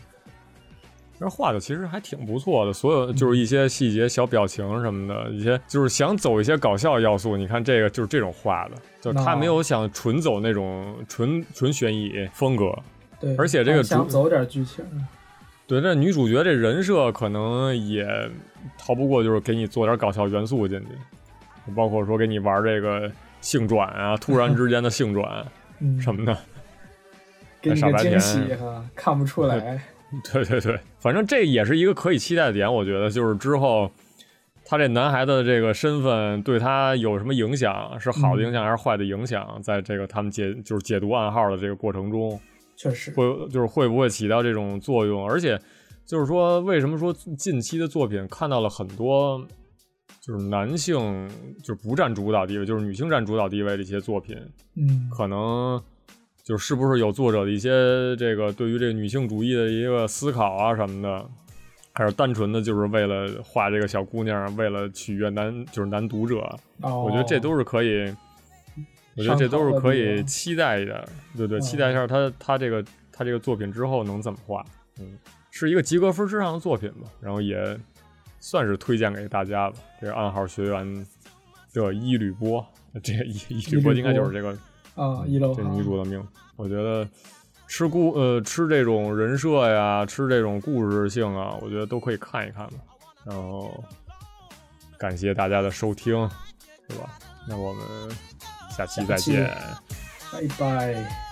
那画的其实还挺不错的，所有就是一些细节、小表情什么的，一些就是想走一些搞笑要素。你看这个就是这种画的，就他哦没有想纯走那种纯纯悬疑风格。对，而且这个但想主走点剧情，啊对，这女主角这人设可能也逃不过，就是给你做点搞笑元素进去，包括说给你玩这个性转啊，突然之间的性转嗯，什么的。给你傻个白惊甜喜哈，看不出来。 (laughs) 对对对，反正这也是一个可以期待的点，我觉得就是之后他这男孩子的这个身份对他有什么影响，是好的影响还是坏的影响，在这个他们解就是解读暗号的这个过程中，确实，会就是会不会起到这种作用，而且就是说为什么说近期的作品看到了很多。就是男性就不占主导地位，就是女性占主导地位的一些作品，嗯，可能就是不是有作者的一些这个对于这个女性主义的一个思考啊什么的，还是单纯的就是为了画这个小姑娘，为了取悦男就是男读者，哦我觉得这都是可以，我觉得这都是可以上头的地方期待一点儿，对对，嗯期待一下他他这个他这个作品之后能怎么画，嗯，是一个及格分之上的作品吧，然后也算是推荐给大家吧。这个暗号学员的伊吕波，这个伊伊吕波应该就是这个啊，一楼这哈女主的命，我觉得吃故呃吃这种人设呀，吃这种故事性啊，我觉得都可以看一看吧。然后感谢大家的收听，是吧？那我们下期再下期见。拜拜。